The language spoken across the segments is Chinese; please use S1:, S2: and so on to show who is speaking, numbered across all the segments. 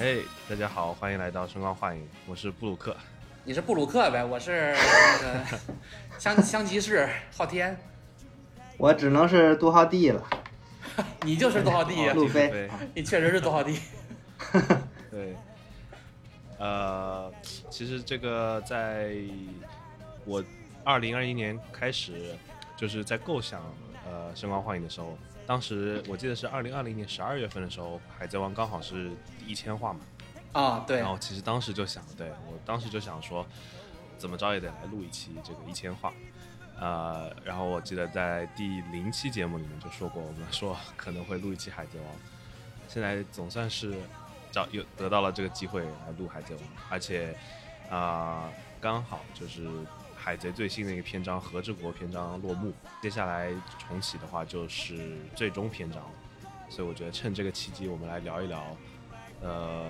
S1: 哎大家好，欢迎来到声光幻影，我是布鲁克。
S2: 你是布鲁克呗，我是那个 香香吉士昊天，
S3: 我只能是杜浩地了。
S2: 你就是多少地哎呀
S1: 哦
S3: 路飞
S1: 飞，
S2: 你确实是多少 地。
S1: 对，呃，其实这个在我二零二一年开始，就是在构想呃《声光幻影》的时候，当时我记得是二零二零年十二月份的时候，《海贼王》刚好是一千话嘛，
S2: 啊，对
S1: 然，后其实当时就想，对我当时就想说，怎么着也得来录一期这个一千话。呃，然后我记得在第零期节目里面就说过，我们说可能会录一期《海贼王》，现在总算是找有得到了这个机会来录《海贼王》，而且啊、呃刚好就是《海贼》最新的一个篇章《和之国》篇章落幕，接下来重启的话就是最终篇章了，所以我觉得趁这个契机，我们来聊一聊，呃，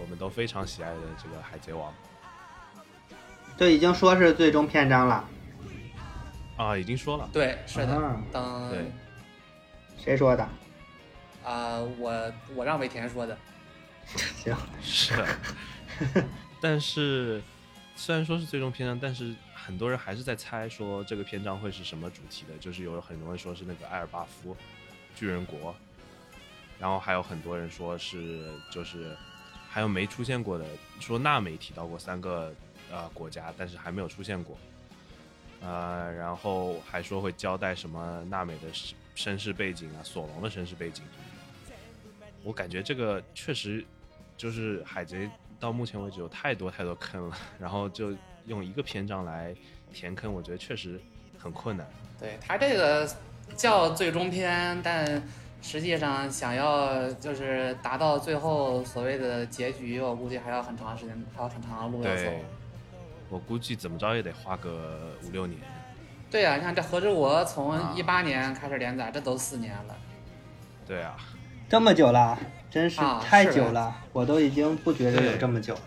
S1: 我们都非常喜爱的这个《海贼王》
S3: 这已经说是最终篇章了。
S1: 啊，已经说了，
S2: 对，是的。
S3: 啊
S2: 等
S1: 对
S3: 谁说的？
S2: 啊，我我让尾田说的，
S3: 行，
S1: 是的，但是虽然说是最终篇章，但是很多人还是在猜说这个篇章会是什么主题的，就是有很多人说是那个艾尔巴夫巨人国，然后还有很多人说是就是还有没出现过的，说娜美提到过三个呃国家，但是还没有出现过。呃，然后还说会交代什么娜美的身身世背景啊，索隆的身世背景什么的。我感觉这个确实就是海贼到目前为止有太多太多坑了，然后就用一个篇章来填坑，我觉得确实很困难。
S2: 对他这个叫最终篇，但实际上想要就是达到最后所谓的结局，我估计还要很长时间，还有很长的路要走。，
S1: 我估计怎么着也得花个五六年。
S2: 对啊呀、你看这《和之国》从
S1: 啊
S2: 一八年开始连载，这都四年了。
S1: 对啊，
S3: 这么久了，真是
S2: 啊
S3: 太
S2: 是
S3: 久了，我都已经不觉得有
S1: 对
S3: 这么久了。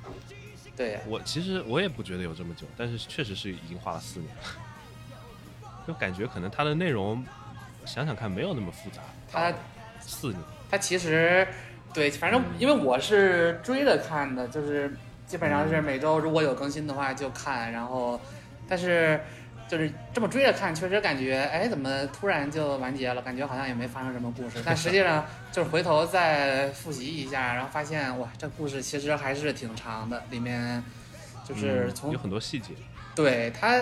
S2: 对呀、
S1: 我其实我也不觉得有这么久，但是确实是已经花了四年了，就感觉可能它的内容，想想看没有那么复杂。
S2: 它
S1: 四年，
S2: 它其实对，反正因为我是追着看的，就是基本上是每周如果有更新的话就看，然后但是就是这么追着看，确实感觉哎怎么突然就完结了，感觉好像也没发生什么 故事，但实际上就是回头再复习一下，然后发现哇这故事其实还是挺长的，里面就是
S1: 嗯
S2: 从
S1: 有很多细节，
S2: 对它，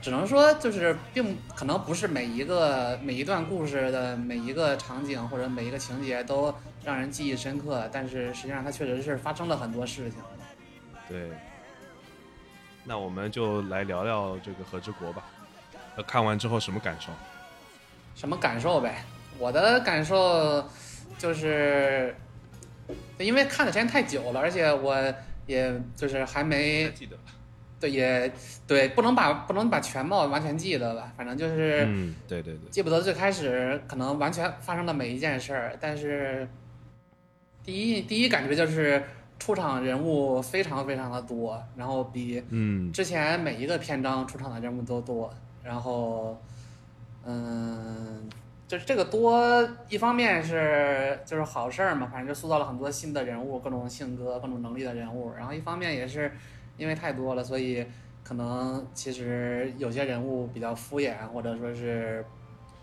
S2: 只能说就是并可能不是每一个每一段故事的每一个场景或者每一个情节都让人记忆深刻，但是实际上它确实是发生了很多事情。
S1: 对，那我们就来聊聊这个《和之国》吧。呃，看完之后什么感受？
S2: 什么感受呗？我的感受就是，因为看的时间太久了，而且我也就是还没
S1: 还记得吧？
S2: 对也对，不能把不能把全貌完全记得吧，反正就是。
S1: 嗯，对对对，
S2: 记不得最开始可能完全发生的每一件事儿，但是第一第一感觉就是出场人物非常非常的多，然后比
S1: 嗯，
S2: 之前每一个篇章出场的人物都多，然后嗯，就是这个多，一方面是就是好事儿嘛，反正就塑造了很多新的人物，各种性格、各种能力的人物，然后一方面也是因为太多了，所以可能其实有些人物比较敷衍，或者说是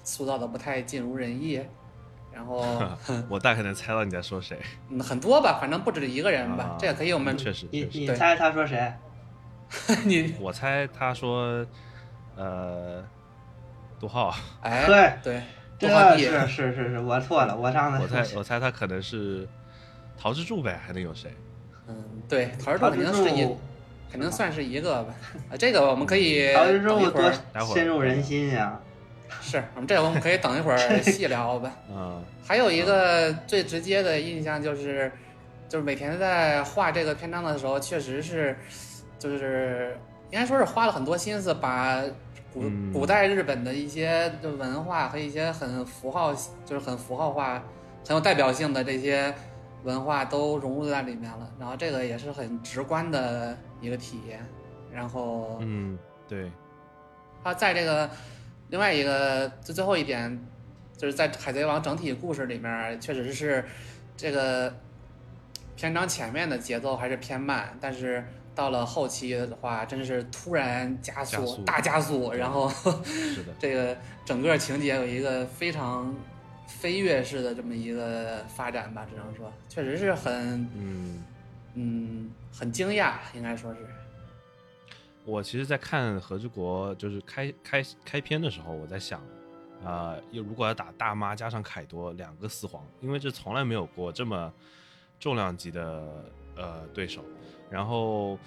S2: 塑造的不太尽如人意，然后、
S1: 我大概能猜到你在说谁。
S2: 嗯、很多吧，反正不止一个人吧，
S1: 啊
S2: 这也可以我们
S1: 确实，
S3: 你
S1: 确实，
S3: 你
S2: 对
S3: 猜他说谁？
S2: 你
S1: 我猜他说，呃，啊杜浩，
S2: 哎
S3: 对
S2: 对，
S3: 这
S2: 多好地
S3: 是是是是，我错了，我
S2: 啊
S3: 上
S1: 我
S3: 次
S1: 猜我猜他可能是陶之助呗，还能有谁？
S2: 嗯，对，陶之
S3: 陶
S2: 助肯
S3: 之
S2: 定是一
S3: 助，
S2: 肯定算是一个吧。啊，这个我们可以
S3: 陶之
S2: 等一
S3: 助
S2: 会儿，
S1: 待
S3: 多
S1: 会儿
S3: 深入人心呀！
S2: 是我们这个我们可以等一会儿细聊吧。
S1: 嗯，
S2: 还有一个最直接的印象就是，就是每田在画这个篇章的时候，确实是，就是应该说是花了很多心思，把古、
S1: 嗯
S2: 古代日本的一些文化和一些很符号，就是很符号化、很有代表性的这些文化都融入在里面了。然后这个也是很直观的一个体验。然后，
S1: 嗯，对，
S2: 他在这个另外一个就最后一点，就是在《海贼王》整体故事里面，确实是这个篇章前面的节奏还是偏慢，但是到了后期的话，真是突然加速，
S1: 加速
S2: 大加速，
S1: 对
S2: 然后
S1: 是的，
S2: 这个整个情节有一个非常飞跃式的这么一个发展吧，只能说确实是很
S1: 嗯，
S2: 嗯很惊讶，应该说是
S1: 我其实，在看《和之国》就是开开开篇的时候，我在想，啊、呃，如果要打大妈加上凯多两个四皇，因为这从来没有过这么重量级的呃对手。然后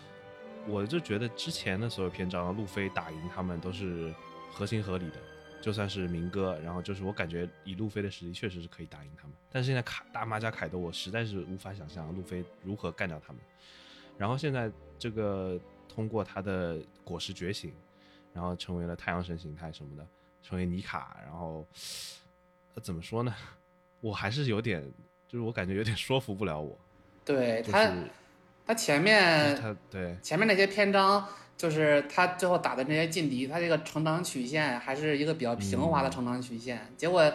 S1: 我就觉得之前的所有篇章，路飞打赢他们都是合情合理的，就算是民哥，然后就是我感觉以路飞的实力，确实是可以打赢他们。但是现在卡大妈加凯多，我实在是无法想象路飞如何干掉他们。然后现在这个通过他的果实觉醒，然后成为了太阳神形态什么的，成为尼卡，然后、呃怎么说呢？我还是有点，就是我感觉有点说服不了我，
S2: 对
S1: 就是
S2: 他、嗯他前面
S1: 就是他对
S2: 前面那些篇章，就是他最后打的那些劲敌，他这个成长曲线还是一个比较平滑的成长曲线。
S1: 嗯
S2: 结果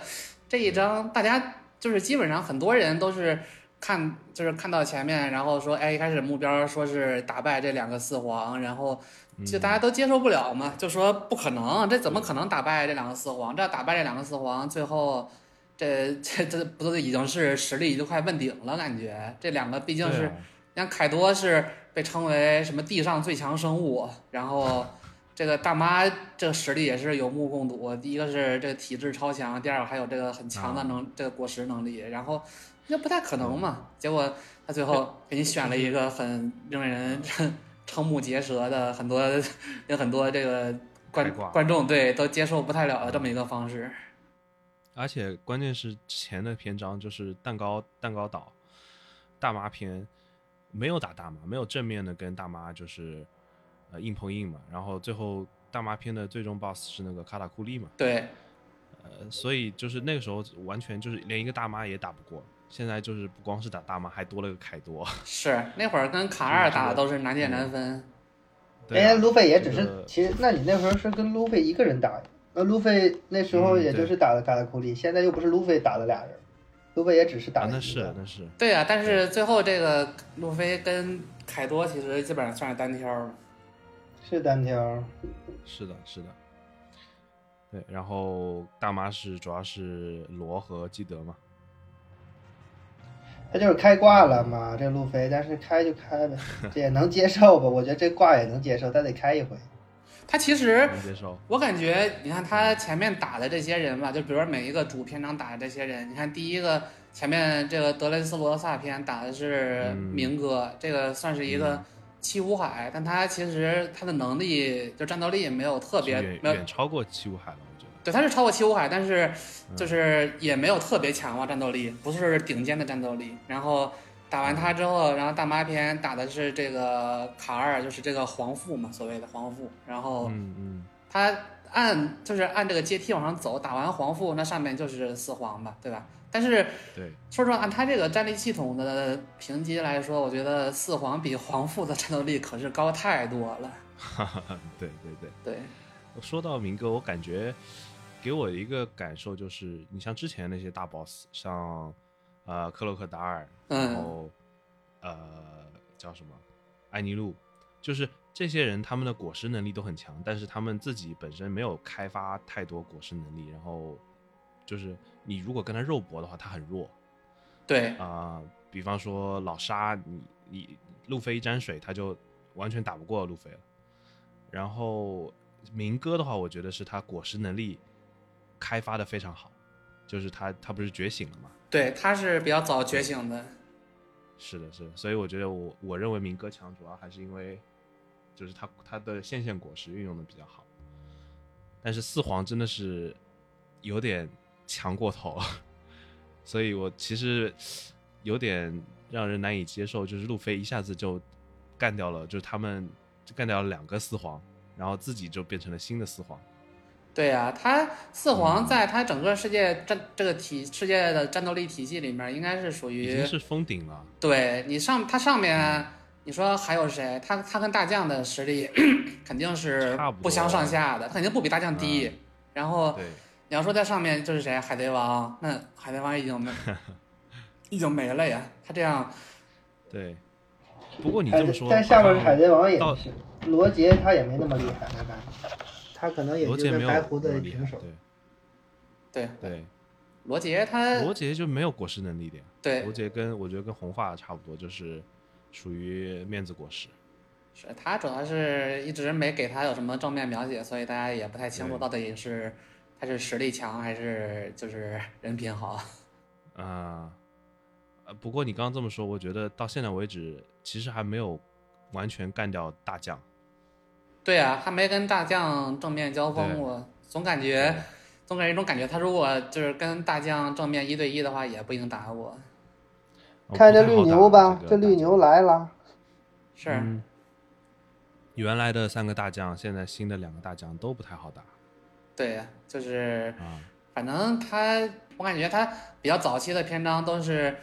S2: 这一章，大家就是基本上很多人都是看，就是看到前面，然后说，哎，一开始目标说是打败这两个四皇，然后就大家都接受不了
S1: 嗯
S2: 嘛，就说不可能，这怎么可能打败这两个四皇？这打败这两个四皇，最后。这这这不都已经是实力都快问鼎了，感觉这两个毕竟是
S1: 对啊
S2: 像凯多是被称为什么地上最强生物，然后这个大妈这个实力也是有目共睹。第一个是这个体质超强，第二个还有这个很强的能、这个果实能力，然后那不太可能嘛。结果他最后给你选了一个很令人瞠目结舌的，很多有很多这个观
S1: 开挂
S2: 观众对都接受不太了的这么一个方式。
S1: 而且关键是之前的篇章就是蛋糕蛋糕岛大妈篇，没有打大妈，没有正面的跟大妈就是呃硬碰硬嘛。然后最后大妈篇的最终 BOSS 是那个卡塔库利嘛，
S2: 对
S1: 呃，所以就是那个时候完全就是连一个大妈也打不过。现在就是不光是打大妈，还多了个凯多。
S2: 是那会儿跟卡二打的都嗯是难解难分，
S1: 对
S3: 人
S1: 啊
S3: 家路飞也只
S1: 这
S3: 是
S1: 个，
S3: 其实那你那时候是跟路飞一个人打呀，那路飞那时候
S1: 嗯
S3: 也就是打的卡拉库利，现在又不是路飞打的俩人，路飞也只是打
S1: 啊，
S3: 的
S1: 那
S3: 一个
S1: 是那是，
S2: 对啊，但是最后这个路飞跟凯多其实基本上算是单挑了。
S3: 是单挑，
S1: 是的，是的。对，然后大妈是主要是罗和基德嘛，
S3: 他就是开挂了嘛，这路飞，但是开就开 呗，这也能接受吧？我觉得这挂也能接受，但得开一回。
S2: 他其实
S1: 能接受。
S2: 我感觉，你看他前面打的这些人吧，就比如说每一个主篇章打的这些人，你看第一个前面这个德雷斯罗萨篇打的是明哥，这个算是一个七武海，但他其实他的能力就战斗力没有特
S1: 特
S2: 别
S1: 远
S2: 没有
S1: 远超过七武海了，我觉得。
S2: 对，他是超过七五海，但是就是也没有特别强啊，战斗力不是顶尖的战斗力。然后打完他之后，然后大妈篇打的是这个卡二，就是这个皇父嘛，所谓的皇父。然后
S1: 嗯嗯，
S2: 他按就是按这个阶梯往上走，打完皇父，那上面就是四皇吧，对吧？但是
S1: 对，
S2: 说实话，按他这个战力系统的评级来说，我觉得四皇比皇父的战斗力可是高太多了。
S1: 哈哈哈，对对对。
S2: 对，
S1: 说到明哥，我感觉给我一个感受就是，你像之前那些大 boss，像呃克洛克达尔，
S2: 嗯
S1: 然后呃叫什么艾尼路，就是这些人他们的果实能力都很强，但是他们自己本身没有开发太多果实能力，然后就是你如果跟他肉搏的话，他很弱，
S2: 对，
S1: 啊、比方说老沙，你你路飞一沾水，他就完全打不过路飞了。然后明哥的话，我觉得是他果实能力开发的非常好，就是他他不是觉醒了嘛？
S2: 对，他是比较早觉醒的。
S1: 是的，是的，所以我觉得我我认为明哥强，主要还是因为就是他他的线线果实运用的比较好。但是四皇真的是有点强过头 了，所以我其实有点让人难以接受，就是路飞一下子就干掉了，就是他们干掉了两个四皇，然后自己就变成了新的四皇。
S2: 对呀、他四皇在他整个世界战这个体世界的战斗力体系里面，应该是属
S1: 已
S2: 于
S1: 经是封顶了，
S2: 对你上他上面，你说还有谁？他他跟大将的实力 肯定是
S1: 差不多啊嗯
S2: 不相上下的，他肯定不比大将低。然后
S1: 对，
S2: 你要说在上面就是谁，海 贼王，那海贼王已经没已经没了呀，他这样
S1: 对，不过你
S3: 海
S1: 这
S3: 贼
S1: 么说，
S3: 但下边
S1: 好像
S3: 海贼王也
S1: 到
S3: 是，罗罗杰他也没那么厉害，我感觉，他可能也
S1: 罗
S3: 就
S1: 杰没
S3: 跟
S1: 有
S3: 白胡
S1: 那
S3: 子
S1: 么厉害
S3: 平手。
S2: 对，
S1: 对
S2: 罗杰他
S1: 对，罗杰就没有果实能力的呀。
S2: 呃对
S1: 罗杰跟我觉得跟红发差不多，就是属于面子果实。
S2: 是他主要是一直没给他有什么正面描写，所以大家也不太清楚
S1: 对
S2: 到底是他是实力强还是就是人品好。
S1: 啊、呃，不过你刚刚这么说，我觉得到现在为止，其实还没有完全干掉大将。
S2: 对啊，他没跟大将正面交锋
S1: 对
S2: 过，总感觉总给人一种感觉，他如果就是跟大将正面一对一的话，也不一定打得过。
S1: 我
S3: 看
S1: 哦呃
S3: 这
S1: 不太
S3: 绿
S1: 好打
S3: 牛吧，
S1: 这
S3: 这
S1: 个啊
S3: 绿
S1: 大
S3: 牛来了，
S2: 是，
S1: 嗯原来的三个大将，现在新的两个大将都不太好打
S2: 对呀，就是
S1: 啊。
S2: 反正他，我感觉他比较早期的篇章都是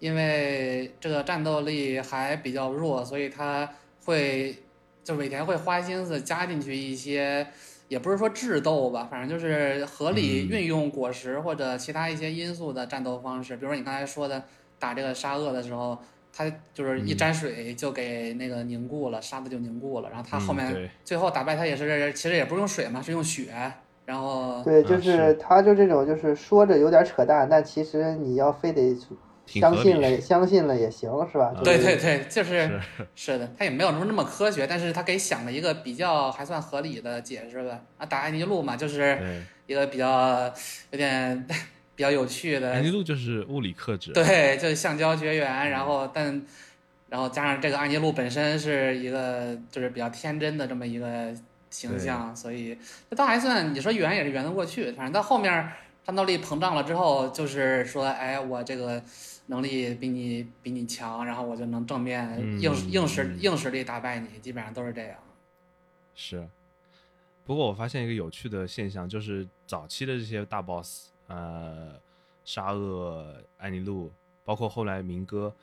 S2: 因为这个战斗力还比较弱，所以他会就尾田会花心思加进去一些，也不是说智斗吧，反正就是合理
S1: 嗯
S2: 运用果实或者其他一些因素的战斗方式。比如说你刚才说的打这个沙恶的时候，他就是一
S1: 嗯
S2: 沾水就给那个凝固了，沙子就凝固了，然后他后
S1: 嗯
S2: 面
S1: 对
S2: 最后打败他也是其实也不是用水嘛，是用血，然后。
S3: 对，
S1: 嗯
S3: 就是
S1: 是
S3: 他就这种，就是说着有点扯淡，但其实你要非得
S1: 挺
S3: 相
S1: 合
S3: 信
S1: 理
S3: 了，相信了也行，是吧？
S1: 嗯
S2: 对
S3: 就是
S2: 对对，就是
S1: 是
S2: 是的，他也没有什么那么科学，但是他给想了一个比较还算合理的解释吧。啊，打安妮路嘛，就是
S1: 对，
S2: 一个比较有点 比较有趣的
S1: 南极路就是物理克制，
S2: 对，就是橡胶绝缘，然后但然后加上这个安妮路本身是一个就是比较天真的这么一个形象，所以那倒还算你说圆也是圆得过去。反正到后面战斗力膨胀了之后，就是说，哎，我这个能力比你比你强，然后我就能正面
S1: 嗯
S2: 硬、硬实
S1: 嗯
S2: 硬实力打败你，基本上都是这样。
S1: 是。不过我发现一个有趣的现象，就是早期的这些大 boss，呃，沙恶、安妮路，包括后来民歌，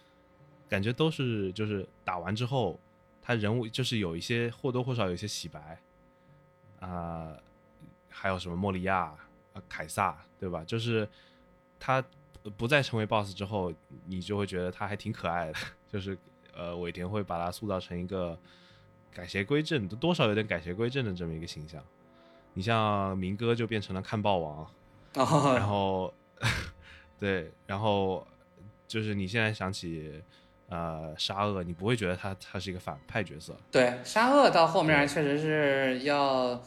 S1: 感觉都是就是打完之后，他人物就是有一些或多或少有一些洗白，啊、还有什么莫里亚、呃、凯撒，对吧？就是他不再成为 boss 之后，你就会觉得他还挺可爱的， 就是呃，尾田会把他塑造成一个改邪归正，多少有点改邪归正的这么一个形象。你像民歌就变成了看报王，然
S2: 哦，
S1: 后 对，然后就是你现在想起呃沙恶，你不会觉得他他是一个反派角色，
S2: 对，沙恶到后面确实是要。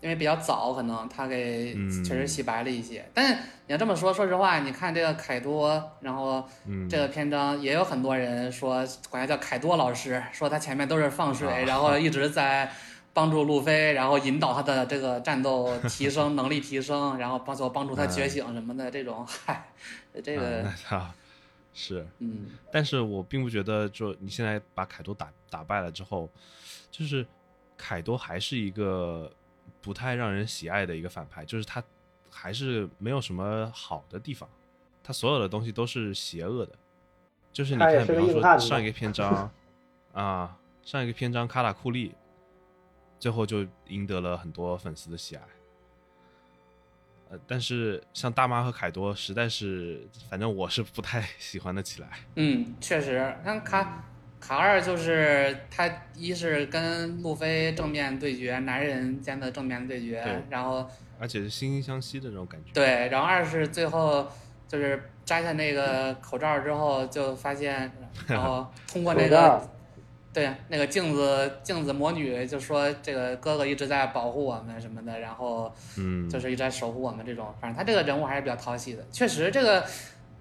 S2: 因为比较早，可能他给
S1: 嗯
S2: 确实洗白了一些。但是你要这么说，说实话，你看这个凯多，然后
S1: 嗯，
S2: 这个篇章也有很多人说，管他叫凯多老师，说他前面都是放水，
S1: 啊
S2: 然后一直在帮助路飞，然后引导他的这个战斗 提升能力提升，然后帮助帮助他觉醒什么的这种，嗨，
S1: 哎
S2: 这
S1: 啊
S2: 个
S1: 那 他是
S2: 嗯
S1: 但是我并不觉得，就你现在把凯多打打败了之后，就是凯多还是一个不太让人喜爱的一个反派，就是他还是没有什么好的地方，他所有的东西都是邪恶的。就是你
S3: 他也
S1: 看，
S3: 是
S1: 比
S3: 个
S1: 方
S3: 硬汉
S1: 说
S3: 子
S1: 上一个篇 章啊，上一个篇章卡塔库利，最后就赢得了很多粉丝的喜爱。呃，但是像大妈和凯多，实在是，反正我是不太喜欢的起来。
S2: 嗯，确实，看卡卡二就是他一是跟路飞正面对决，男人间的正面对决，
S1: 对
S2: 然后
S1: 而且是惺惺相惜的这种感觉。，
S2: 对，然后二是最后就是摘下那个口罩之后，就发现，然后通过那
S3: 口罩
S2: 个对那个镜子镜子魔女就说这个哥哥一直在保护我们什么的，然后
S1: 嗯，
S2: 就是一直在守护我们这种，反正他这个人物还是比较讨喜的。确实，这个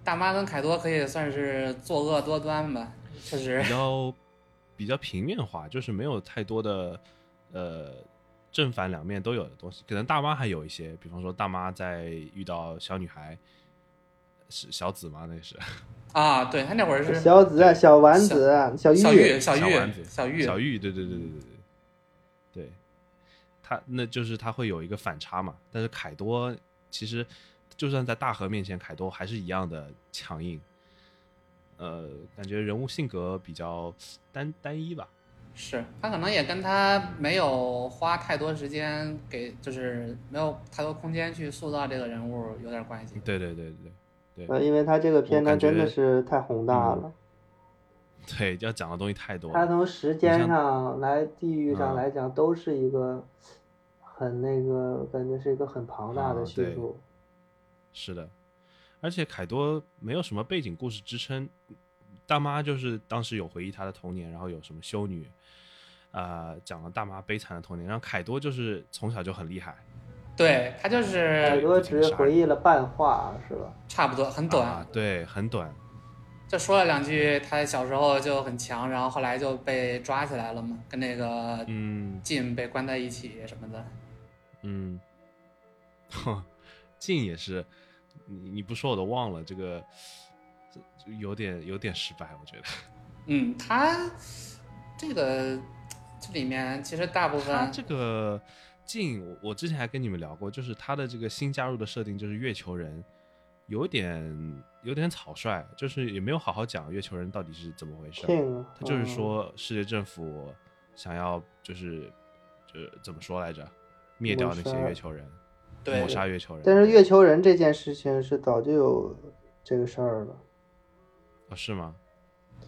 S2: 大妈跟凯多可以算是作恶多端吧，确实
S1: 比较比较平面化，就是没有太多的呃正反两面都有的东西。可能大妈还有一些，比方说大妈在遇到小女孩是小紫吗？那是
S2: 啊，对他那会儿是
S3: 小紫啊、小丸子啊、小
S2: 小
S3: 玉
S2: 玉、，小
S1: 小
S2: 玉
S1: 丸、子
S2: 小玉，
S1: 小玉，对对对对对对，对，他那就是他会有一个反差嘛。但是凯多其实就算在大河面前，凯多还是一样的强硬。呃，感觉人物性格比较单单一吧，
S2: 是他可能也跟他没有花太多时间给，就是没有太多空间去塑造这个人物有点关系。
S1: 对对对对对，
S3: 呃，因为他这个
S1: 我
S3: 片
S1: 感
S3: 章真的
S1: 觉
S3: 是太宏大了，
S1: 对，要讲的东西太多嗯
S4: 它
S1: 了。
S4: 从时间上来、地域上来讲，都是一个很那个，感觉是一个很庞大的
S1: 啊
S4: 叙
S1: 对
S4: 述。
S1: 是的，而且凯多没有什么背景故事支撑，大妈就是当时有回忆她的童年，然后有什么修女，呃，讲了大妈悲惨的童年，然后凯多就是从小就很厉害，
S2: 对他就
S4: 很
S2: 是
S4: 多只回忆了半话，啊是吧？
S2: 差不多很短，
S1: 啊，对，很短，
S2: 就说了两句，他小时候就很强，然后后来就被抓起来了嘛，跟那个
S1: 嗯
S2: 晋被关在一起什么的。
S1: 嗯， 静也是，你你不说我都忘了这个。有点有点失败，我觉得
S2: 嗯，他这个这里面其实大部
S1: 他
S2: 分
S4: 嗯
S1: 这个静，我我之前还跟你们聊过，就是他的这个新加入的设定就是月球人，有点有点草率，就是也没有好好讲月球人到底是怎么回事儿。
S4: King，
S1: 他就是
S4: 嗯
S1: 说世界政府想要就是就是怎么说来着，灭掉那些
S4: 杀
S1: 月球人，
S2: 对
S1: 抹杀月球人。
S4: 但是月球人这件事情是早就有这个事儿了。
S1: 哦是吗？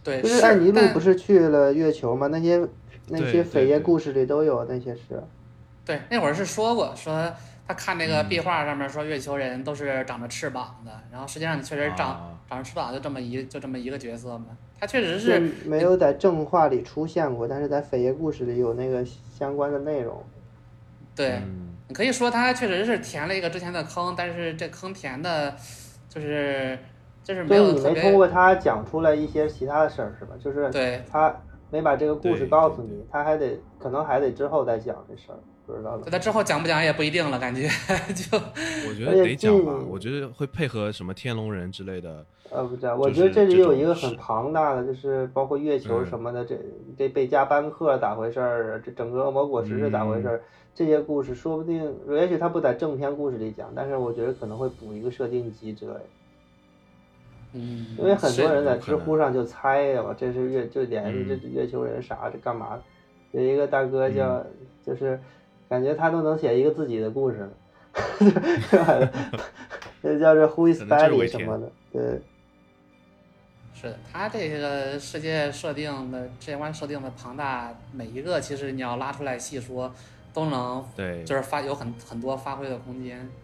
S2: 对
S4: 就是艾尼路
S2: 但
S4: 不是去了月球吗？那些那
S1: 对
S4: 些
S1: 对
S4: 扉页
S1: 对
S4: 故事里都有那些事。
S2: 对那会儿是说过，说他看那个
S1: 嗯
S2: 壁画上面说月球人都是长着翅膀的，然后实际上你确实长、
S1: 啊
S2: 长着翅膀就这么一就这么一个角色嘛，他确实
S4: 是
S2: 是
S4: 没有在正话里出现过，但是在扉页故事里有那个相关的内容。
S2: 对。
S1: 嗯，
S2: 你可以说他确实是填了一个之前的坑，但是这坑填的，就是就是没
S4: 对
S2: 有
S4: 你
S2: 特
S4: 没
S2: 别
S4: 通过他讲出来一些其他的事儿是吧？就是
S2: 对
S4: 他没把这个故事
S1: 对
S4: 告诉
S1: 对
S4: 你
S1: 对，
S4: 他还得可能还得之后再讲这事儿，不知道了
S2: 对。他之后讲不讲也不一定了，感觉 就
S1: 我觉
S4: 而
S1: 得
S4: 且
S1: 得讲吧，
S4: 静
S1: 我觉得会配合什么天龙人之类的。
S4: 呃，不知道，
S1: 就
S4: 我觉得
S1: 是
S4: 这里
S1: 这
S4: 有
S1: 种
S4: 一个
S1: 是
S4: 很庞大的，就是包括月球
S1: 嗯
S4: 什么的，这这贝加班克咋回事儿，这整个恶魔果实是咋回事
S1: 嗯
S4: 儿，这些故事说不定，也许他不在正片故事里讲，但是我觉得可能会补一个设定集之类的。
S2: 嗯，
S4: 因为很多人在
S1: 有可
S4: 知
S1: 能
S4: 乎上就猜呀嘛，这是月就联系
S1: 嗯嗯
S4: 这月球人啥这干嘛的？有一个大哥叫、就是，感觉他都能写一个自己的故事了， 这叫这 Who is
S1: 可能就是
S4: Betty
S1: 尾
S4: 什
S1: 田
S4: 么的，对，
S2: 是他这个世界设定的这关设定的庞大，每一个其实你要拉出来细说，都能
S1: 对，
S2: 就是发有很很多发挥的空间。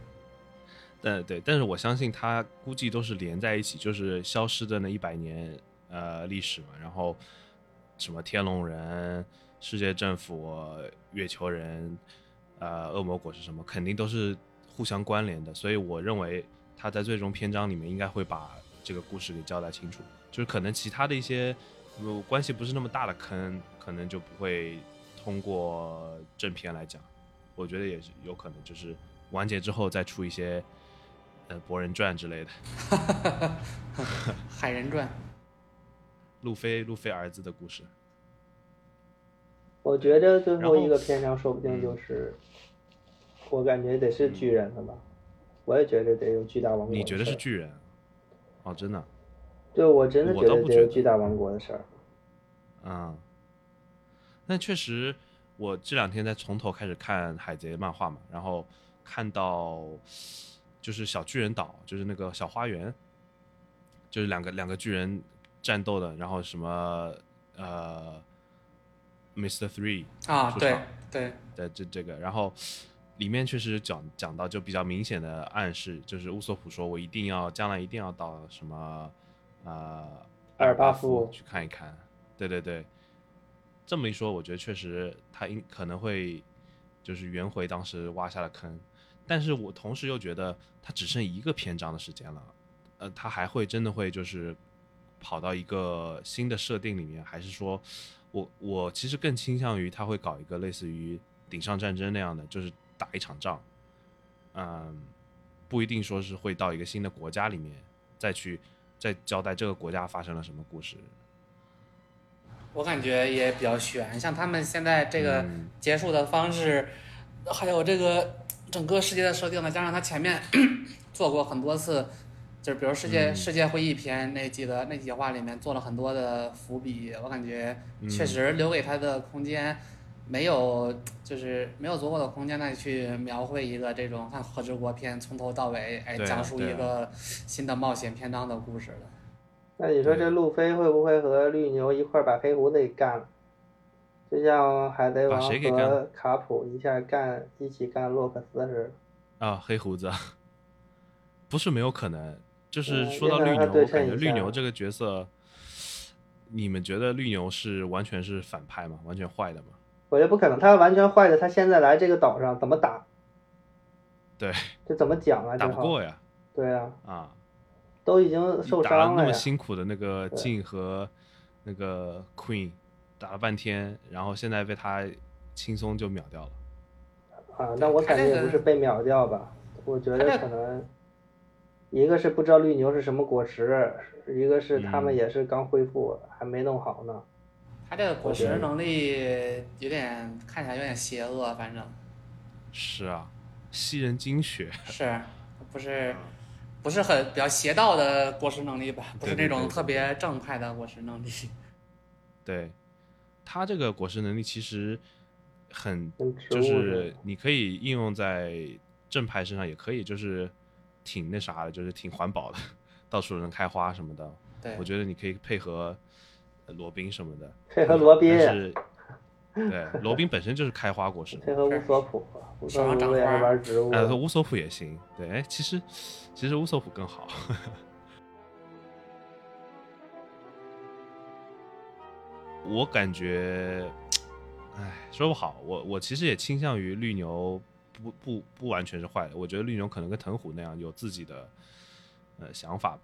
S1: 但呃对，但是我相信它估计都是连在一起，就是消失的那一百年呃历史嘛，然后什么天龙人、世界政府、月球人、呃恶魔果是什么，肯定都是互相关联的，所以我认为他在最终篇章里面应该会把这个故事给交代清楚，就是可能其他的一些呃关系不是那么大的坑，可能就不会通过正片来讲。我觉得也是有可能，就是完结之后再出一些，呃，《博人传》之类的，
S2: 《海人传》
S1: 路飞路飞儿子的故事。
S4: 我觉着最
S1: 然
S4: 后
S1: 后嗯
S4: 一个篇章说不定就是，我感觉得是巨人了吧，我也觉着得有巨大王国的事儿，
S1: 你觉得是巨人？哦，真的，
S4: 对我真的
S1: 我
S4: 觉
S1: 倒
S4: 得
S1: 不
S4: 得
S1: 觉
S4: 有
S1: 得
S4: 巨大王国的事儿，
S1: 嗯。那确实，我这两天在从头开始看海贼漫画嘛，然后看到就是小巨人岛，就是那个小花园，就是两个两个巨人战斗的，然后什么呃，Mr. Three
S2: 啊，
S1: 出
S2: 对
S1: 场
S2: 对，
S1: 的这这个，然后里面确实讲讲到就比较明显的暗示，就是乌索普说我一定要将来一定要到什么呃
S4: 阿尔巴
S1: 夫
S4: 夫
S1: 去看一看，对对对，这么一说，我觉得确实他应可能会就是圆回当时挖下的坑，但是我同时又觉得他只剩一个篇章的时间了，呃，他还会真的会就是跑到一个新的设定里面，还是说我我其实更倾向于他会搞一个类似于顶上战争那样的，就是打一场仗，嗯，不一定说是会到一个新的国家里面再去再交代这个国家发生了什么故事，
S2: 我感觉也比较悬。像他们现在这个
S1: 嗯
S2: 结束的方式，还有这个整个世界的设定呢，加上他前面 做过很多次，就是比如世界、
S1: 嗯
S2: 世界会议篇那几个那几话里面做了很多的伏笔，我感觉
S1: 嗯
S2: 确实留给他的空间。没有，就是没有足够的空间再去描绘一个这种像《和之国篇》从头到尾，哎，
S1: 对啊
S2: 讲述
S1: 对
S2: 一
S1: 啊
S2: 个新的冒险篇章的故事了。
S4: 那你说这
S1: 对
S4: 路飞会不会和绿牛一块儿把黑胡子给干了？就像海贼
S1: 把
S4: 王
S1: 谁给干
S4: 和
S1: 了
S4: 卡普一下干一起干洛克斯似的。
S1: 啊，黑胡子， 不是没有可能。就是
S4: 嗯
S1: 说
S4: 要
S1: 到
S4: 不
S1: 绿
S4: 然他
S1: 牛，
S4: 对
S1: 我感
S4: 称
S1: 觉
S4: 一
S1: 绿牛
S4: 下
S1: 这个角色，你们觉得绿牛是完全是反派吗？完全坏的吗？
S4: 我觉得不可能，他完全坏的，他现在来这个岛上怎么打？
S1: 对，
S4: 这怎么讲啊？
S1: 打
S4: 这
S1: 不
S4: 好。
S1: 过呀，
S4: 对啊，
S1: 啊，
S4: 都已经受
S1: 打了
S4: 伤
S1: 那
S4: 呀
S1: 么。辛苦的那个
S4: 对
S1: 静和那个 Queen 打了半天，然后现在被他轻松就秒掉了。
S4: 啊，那我
S2: 他
S4: 感
S2: 这
S4: 觉也
S2: 个
S4: 不是被秒掉吧？我觉
S2: 他
S4: 得
S2: 这
S4: 可能，一个是不知道绿牛是什么果实，一个是他
S1: 嗯
S4: 们也是刚恢复，还没弄好呢。
S2: 他这个果
S4: 我觉
S2: 实
S4: 得
S2: 能力有点看起来有点邪恶，反正
S1: 是啊，吸人精血，
S2: 是不是不是很比较邪道的果实能力吧？不是
S1: 对对对
S2: 那种
S1: 对
S2: 特别正派的果实能力。
S1: 对他这个果实能力其实很
S4: 跟植
S1: 就
S4: 物似的
S1: 是你可以应用在正派身上，也可以就是挺那啥的，就是挺环保的， 到处能开花什么的。
S2: 对
S1: 我，觉得你可以配合呃罗宾什么的，
S4: 配合罗宾
S1: 但是 对罗宾本身就是开花果实嘛，
S4: 配合乌索普，乌索
S2: 手上长
S4: 普也
S2: 花
S4: 是玩植物的。
S1: 呃，乌索普也行。对，哎，其实其实乌索普更好。我感觉，哎，说不好。我我其实也倾向于绿牛不不不完全是坏的。我觉得绿牛可能跟藤虎那样有自己的呃想法吧，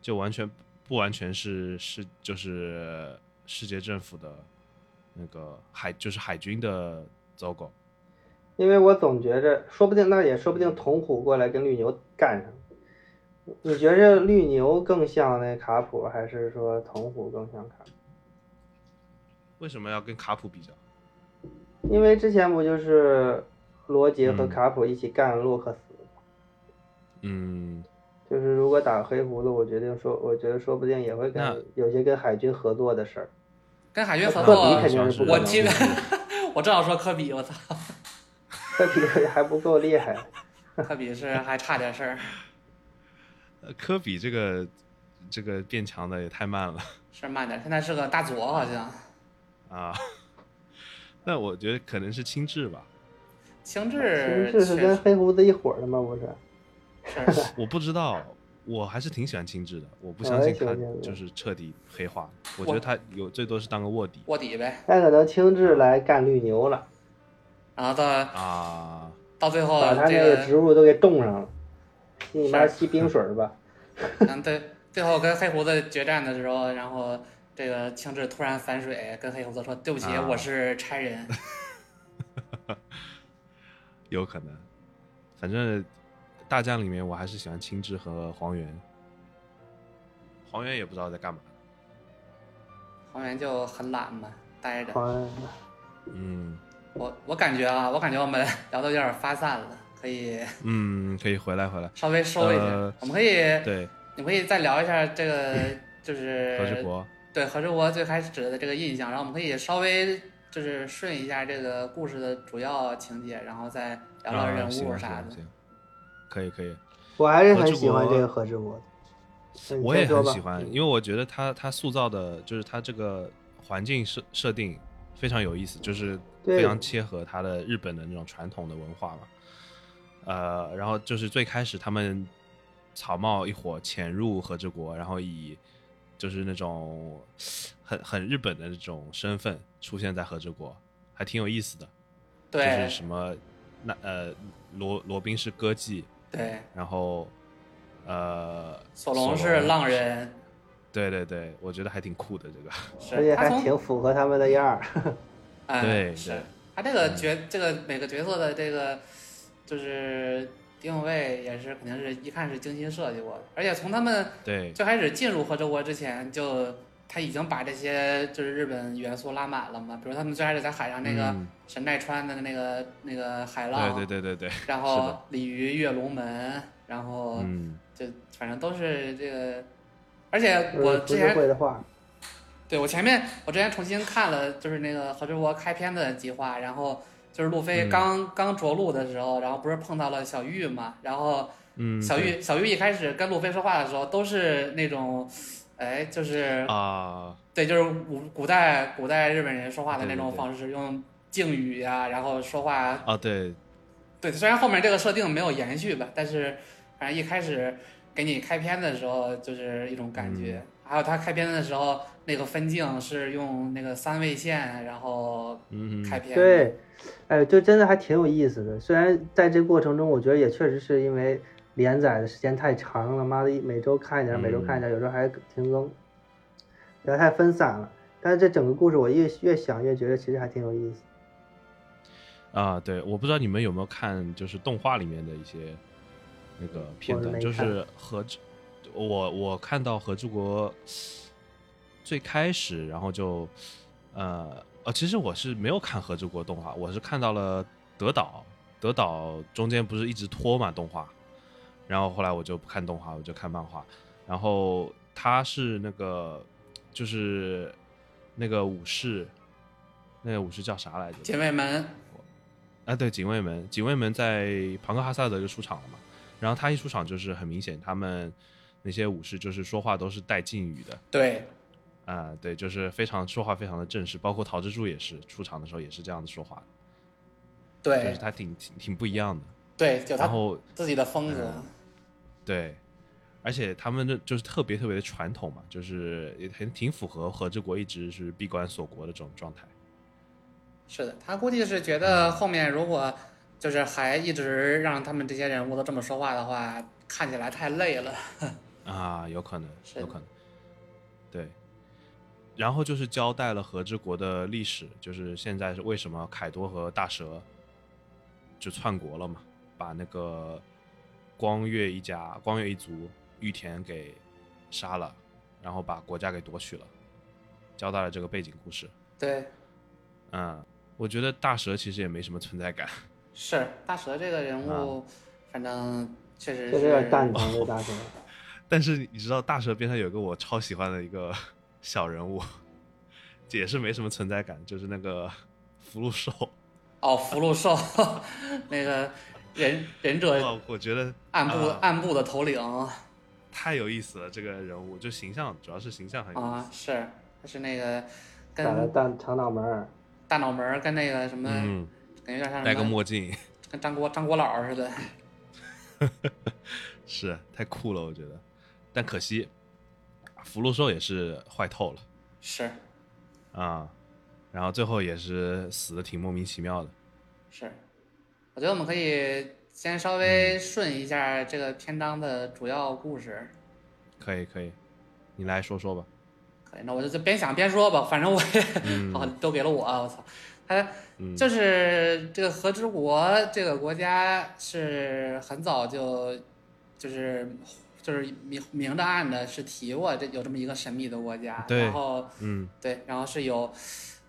S1: 就完全不完全是是就是世界政府的那个海就是海军的走狗。
S4: 因为我总觉着，说不定那也说不定童虎过来跟绿牛干上。你觉着绿牛更像那卡普，还是说童虎更像卡普？
S1: 为什么要跟卡普比较？
S4: 因为之前不就是罗杰和
S1: 嗯
S4: 卡普一起干洛克斯？
S1: 嗯，
S4: 就是如果打黑胡子，我决定说，我觉得说不定也会
S1: 那
S4: 跟有些跟海军合作的事儿。
S2: 跟海军合
S4: 科比
S2: 作
S4: 肯，定是不可
S2: 我
S4: 能
S2: 听
S4: 的，
S2: 我正要说科比，我操，
S4: 科比还不够厉害。
S2: 科比是还差点事儿。
S1: 呃科比这个这个变强的也太慢了
S2: 是慢点，现在是个大佐好像，
S1: 啊。 那我觉得可能是轻质吧，
S2: 青
S4: 其
S2: 雉
S4: 实
S2: 确
S4: 是
S2: 实
S4: 跟黑胡子一伙儿的吗？不是，
S2: 是
S1: 我不知道，我还是挺喜欢轻质的。我不
S4: 我
S1: 相
S4: 也
S1: 信
S4: 喜欢
S1: 他
S4: 轻质
S1: 就是彻底黑化，我
S2: 我
S1: 觉得他有最多是当个卧底
S2: 卧底呗，
S4: 那可能青雉来干绿牛了，
S2: 然后到
S1: 啊。
S2: 到最后
S4: 把他
S2: 哦这
S4: 那个植
S2: 个，
S4: 物都给冻上了。你妈吸冰水儿吧！
S2: 嗯对，最后跟黑胡子决战的时候，然后这个青雉突然反水，跟黑胡子说：“对不起，
S1: 啊
S2: 我是差人。
S1: 有可能。反正大将里面，我还是喜欢青雉和黄猿。黄猿也不知道在干嘛。”
S2: 黄猿就很懒嘛，待着。
S4: 好像
S1: 嗯
S2: 我我感觉啊，我感觉我们聊的有点发散了，可以
S1: 嗯，可以回来回来。
S2: 稍微收一下。
S1: 呃
S2: 我们可以，
S1: 对，
S2: 你们可以再聊一下这 个，就是
S1: 何志国，
S2: 对何志国最开始的这个印象，然后我们可以稍微就是顺一下这个故事的主要情节，然后再聊聊
S1: 啊
S2: 人
S1: 行
S2: 物
S1: 行
S2: 啥的。
S1: 行可以可以。
S4: 我还是很喜欢这个何志国的。
S1: 我也
S4: 你先说
S1: 很
S4: 吧
S1: 喜欢，因为我觉得他他塑造的，就是他这个环境设设定非常有意思，就是
S4: 对
S1: 非常切合他的日本的那种传统的文化嘛。呃，然后就是最开始他们草帽一伙潜入和之国，然后以就是那种很很日本的那种身份出现在和之国，还挺有意思的。就是
S2: 对
S1: 什么那呃罗罗宾是歌妓，
S2: 对，
S1: 然后呃
S2: 索隆是浪
S1: 人。
S2: 人，
S1: 对对对，我觉得还挺酷的这 个。
S4: 而且
S2: 是他
S4: 还
S2: 从
S4: 挺符合他们的样儿。
S2: 哎
S1: 对
S2: 是
S1: 对
S2: 他这
S4: 嗯
S2: 个角这个每个角色的这个就是定位也是肯定是一看是精心设计过的，而且从他们
S1: 对
S2: 最开始进入合之国之前就。他已经把这些就是日本元素拉满了嘛，比如他们最开始在海上那个
S1: 嗯
S2: 神奈川的那个、那个海 浪，
S1: 对对对对对，
S2: 然
S1: 是
S2: 后
S1: 的
S2: 鲤鱼跃龙门，然后
S1: 嗯，
S2: 就反正都是这个，而且我
S4: 嗯
S2: 之
S4: 不
S2: 前
S4: 是会的话，
S2: 对我前面我之前重新看了，就是那个何之国开篇的计划，然后就是路飞
S1: 嗯
S2: 刚、刚着陆的时候，然后不是碰到了小玉嘛，然后
S1: 嗯，
S2: 小玉小玉一开始跟路飞说话的时候，都是那种，哎，就是
S1: 对啊，
S2: 对，就是古古代古代日本人说话的那种
S1: 对对对
S2: 方式，用敬语呀、然后说话
S1: 啊，对，
S2: 对，虽然后面这个设定没有延续吧，但是反正一开始给你开篇的时候就是一种感觉。
S1: 嗯
S2: 还有他开篇的时候，那个分镜是用那个三位线，然后
S1: 嗯
S2: 开
S1: 哼，
S2: 篇。
S4: 对，哎，就真的还挺有意思的。虽然在这过程中，我觉得也确实是因为连载的时间太长了，妈的，每周看一点，每周看一
S1: 嗯
S4: 点，有时候还停更，有点太分散了。但是这整个故事，我越越想越觉得其实还挺有意思。
S1: 啊，对，我不知道你们有没有看，就是动画里面的一些那个片
S4: 我
S1: 段，
S4: 没
S1: 就
S4: 看
S1: 是和之我我看到和之国最开始，然后就呃呃，其实我是没有看和之国动画，我是看到了德岛，德岛中间不是一直拖嘛动画，然后后来我就不看动画，我就看漫画，然后他是那个就是那个武士，那个武士叫啥来着？
S2: 姐妹们，
S1: 啊，对，警卫门，警卫门在庞克哈萨德就出场了嘛。然后他一出场就是很明显，他们那些武士就是说话都是带敬语的
S2: 对
S1: 啊、对，就是非常说话非常的正式，包括桃之助也是出场的时候也是这样子说话的，就是
S2: 对
S1: 他挺挺挺不一样的。
S2: 对，就
S1: 然
S2: 他
S1: 后
S2: 自己的风格。
S1: 嗯对，而且他们的就是特别特别的传统嘛，就是也很挺符合和之国一直是闭关锁国的这种状态。
S2: 是的，他估计是觉得后面如果就是还一直让他们这些人物都这么说话的话，看起来太累了。
S1: 啊，有可能，
S2: 是
S1: 有
S2: 的
S1: 可能，对。然后就是交代了和之国的历史，就是现在是为什么凯多和大蛇就篡国了嘛，把那个光月一家、光月一族玉田给杀了，然后把国家给夺取了，交代了这个背景故事。
S2: 对，
S1: 嗯，我觉得大蛇其实也没什么存在感。
S2: 是大蛇这个人物，
S1: 啊
S2: 反正确实
S4: 确实
S2: 是
S4: 有点蛋疼这大神，
S1: 但是你知道，大蛇边上有一个我超喜欢的一个 小人物， 也是没什么存在感，就是那个福禄寿。
S2: 哦，福禄寿，那个忍忍者
S1: 哇，我觉得
S2: 暗部、
S1: 啊
S2: 暗部的头领
S1: 太有意思了，这个人物就形象，主要是形象很有意
S2: 啊
S1: 思。，
S2: 是他是那个
S4: 打了
S2: 跟
S4: 蛋长脑门儿。
S2: 大脑门儿跟那个什么，
S1: 嗯，
S2: 感觉有点像
S1: 戴个
S2: 什么，
S1: 墨镜
S2: 跟张国张国老似的。
S1: 是太酷了，我觉得。但可惜，福禄寿也是坏透了
S2: 是
S1: 啊、然后最后也是死的挺莫名其妙的。
S2: 是，我觉得我们可以先稍
S1: 嗯
S2: 微顺一下这个篇章的主要故事。
S1: 可以可以，你来说说吧。
S2: 可以，那我就就边想边说吧，反正我也， 哦，都给了我，我操，他
S1: 嗯
S2: 就是这个和之国这个国家是很早就就是就是明明着暗的是提过这有这么一个神秘的国家，
S1: 对
S2: 然后
S1: 嗯
S2: 对，然后是有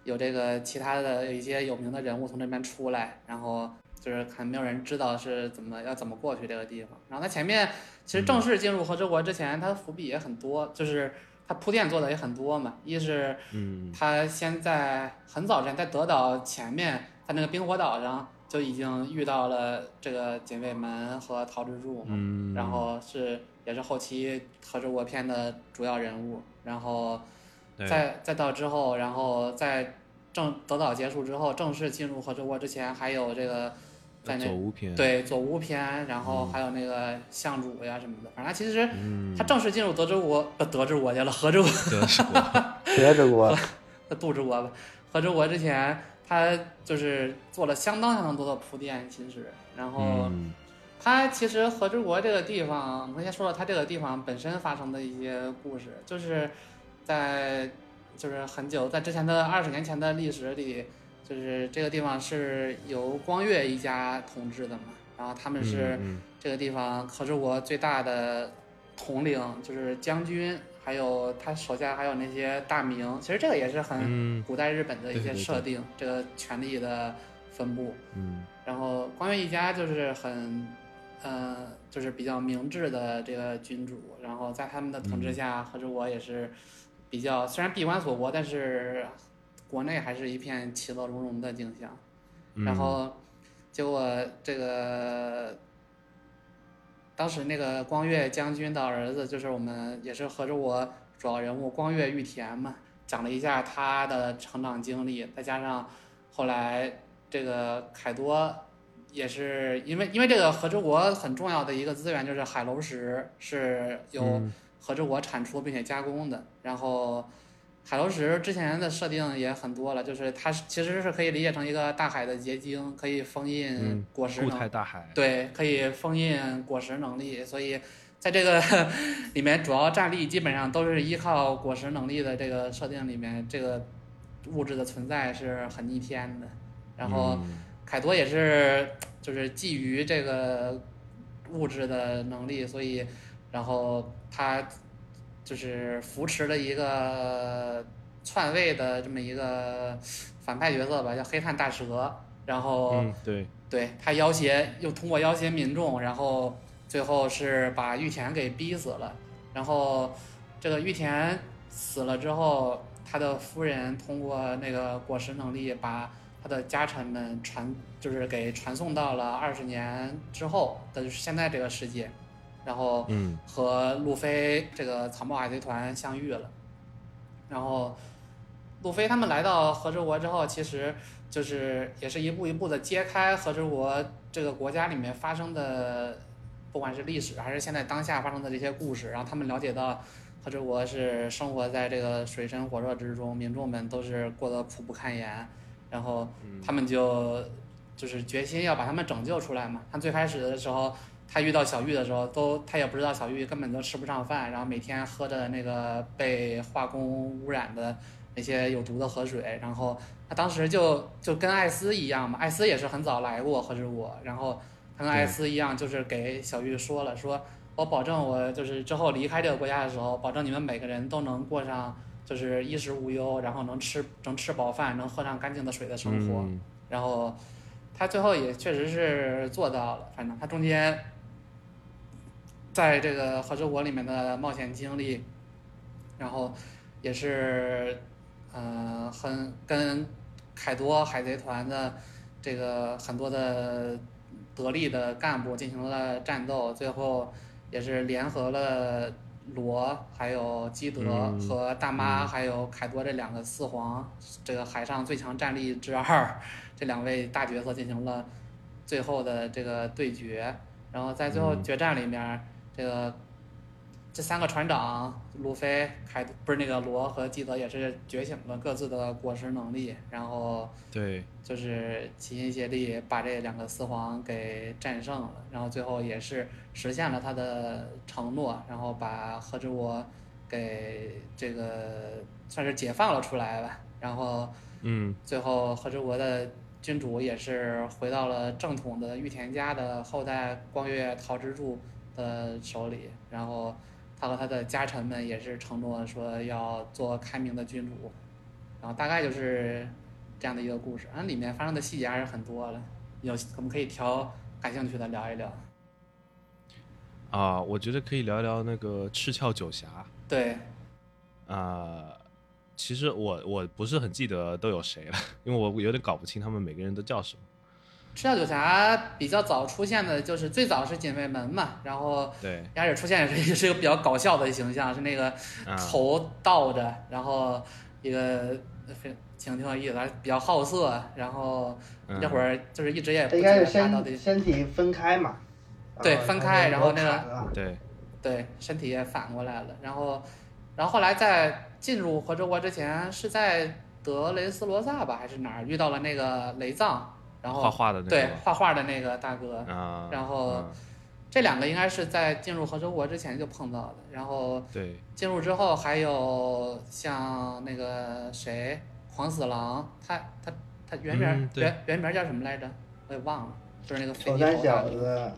S2: 有这个其他的有一些有名的人物从这边出来，然后就是可能没有人知道是怎么要怎么过去这个地方。然后他前面其实正式进入和之国之前，他的伏笔也很多，就是他铺垫做的也很多嘛。一是
S1: 嗯
S2: 他先在很早之前在德岛前面，在那个冰火岛上就已经遇到了这个警卫门和桃之助嘛。
S1: 嗯，
S2: 然后是也是后期和之国篇的主要人物，然后
S1: 对
S2: 再再到之后，然后在正德岛结束之后，正式进入和之国之前，还有这个在
S1: 左
S2: 那
S1: 无偏，
S2: 对左屋篇，然后还有那个相主呀什么的，反正他其实
S1: 嗯，
S2: 他正式进入德之国，呃，德之国去了，和之国
S1: 德是国。
S4: 学着国，
S2: 呃，杜之国吧，和之国之前，他就是做了相当相当多的铺垫，其实，然后。
S1: 嗯
S2: 它其实和之国这个地方，我们先说说它这个地方本身发生的一些故事，就是在就是很久在之前的二十年前的历史里，就是这个地方是由光月一家统治的嘛，然后他们是
S1: 嗯
S2: 这个地方和之国最大的统领，就是将军，还有他手下还有那些大名，其实这个也是很
S1: 嗯
S2: 古代日本的一
S1: 对
S2: 些
S1: 对对
S2: 设定，这个权力的分布。
S1: 嗯
S2: 然后光月一家就是很，呃，就是比较明智的这个君主，然后在他们的统治下，和之国也是比较虽然闭关锁国，但是国内还是一片其乐融融的景象。
S1: 嗯，
S2: 然后结果这个当时那个光月将军的儿子，就是我们也是合着我主要人物光月玉田嘛，讲了一下他的成长经历，再加上后来这个凯多也是因为因为这个和之国很重要的一个资源就是海楼石是由
S4: 嗯
S2: 和之国产出并且加工的，然后。海楼石之前的设定也很多了，就是它是其实是可以理解成一个大海的结晶，可以封印
S1: 嗯
S2: 果实
S1: 固
S2: 能
S1: 态大海，
S2: 对，可以封印果实能力，所以在这个 里面主要战力基本上都是依靠果实能力的这个设定里面，这个物质的存在是很逆天的。然后
S1: 嗯
S2: 凯多也是就是觊觎这个物质的能力，所以然后他就是扶持了一个篡位的这么一个反派角色吧，叫黑炭大蛇。然后，
S1: 嗯对，
S2: 对他要挟，又通过要挟民众，然后最后是把玉田给逼死了。然后这个玉田死了之后，他的夫人通过那个果实能力，把他的家臣们传，就是给传送到了二十年之后的就是现在这个世界，然后
S1: 嗯
S2: 和路飞这个草帽海贼团相遇了。然后路飞他们来到和之国之后，其实就是也是一步一步的揭开和之国这个国家里面发生的，不管是历史还是现在当下发生的这些故事，然后他们了解到。和之国是生活在这个水深火热之中，民众们都是过得苦不堪言，然后他们就就是决心要把他们拯救出来嘛。他最开始的时候，他遇到小玉的时候，都他也不知道小玉根本就吃不上饭，然后每天喝着那个被化工污染的那些有毒的河水，然后他当时就就跟艾斯一样嘛，艾斯也是很早来过和之国，然后他跟艾斯一样，就是给小玉说了说。我保证，我就是之后离开这个国家的时候，保证你们每个人都能过上就是衣食无忧，然后能吃能吃饱饭，能喝上干净的水的生活。
S1: 嗯
S2: 然后他最后也确实是做到了，反正他中间在这个合之国里面的冒险经历，然后也是呃很跟凯多海贼团的这个很多的得力的干部进行了战斗，最后也是联合了。罗还有基德
S1: 嗯
S2: 和大妈，
S1: 嗯
S2: 还有凯多这两个四皇，这个海上最强战力之二，这两位大角色进行了最后的这个对决，然后在最后
S1: 嗯
S2: 决战里面，这个这三个船长路飞、凯不是那个罗和基德也是觉醒了各自的果实能力，然后
S1: 对，
S2: 就是齐心协力把这两个四皇给战胜了，然后最后也是实现了他的承诺，然后把和之国给这个算是解放了出来吧，然后。
S1: 嗯
S2: 最后和之国的君主也是回到了正统的玉田家的后代光月桃之助的手里，然后他和他的家臣们也是承诺说要做开明的君主，然后大概就是这样的一个故事，然后里面发生的细节还是很多的，有我们可以挑感兴趣的聊一聊。
S1: 啊，我觉得可以聊一聊那个赤鞘九侠。
S2: 对，
S1: 啊，其实我我不是很记得都有谁了，因为我有点搞不清他们每个人都叫什么。
S2: 赤脚九侠比较早出现的就是最早是警卫门嘛，然后
S1: 对，
S2: 开始出现也是 也是一个比较搞笑的形象，是那个
S1: 啊，
S2: 头倒着，然后一个非挺挺有意思，还比较好色，然后
S1: 嗯
S2: 那会儿就是一直也不
S3: 这
S2: 知
S3: 应
S2: 道
S3: 该是
S2: 他到底
S3: 身身体分开嘛？
S2: 对分开然后那
S3: 那
S2: 个
S3: 个
S1: 对，
S2: 对身体也反过来了，然后然后后来在进入合之国之前是在德雷斯罗萨吧还是哪儿遇到了那个雷藏，然后
S1: 画画的那
S2: 对
S1: 个
S2: 画画的那个大哥，
S1: 啊，
S2: 然后
S1: 啊
S2: 这两个应该是在进入合之国之前就碰到的，然后
S1: 对，
S2: 进入之后，还有像那个谁，黄死狼，他他他原名、
S1: 嗯对
S2: 原原名叫什么来着？我也忘了，就是那个肥
S3: 丑
S2: 鸡头
S3: 三
S2: 大
S3: 小
S2: 哥，
S3: 子，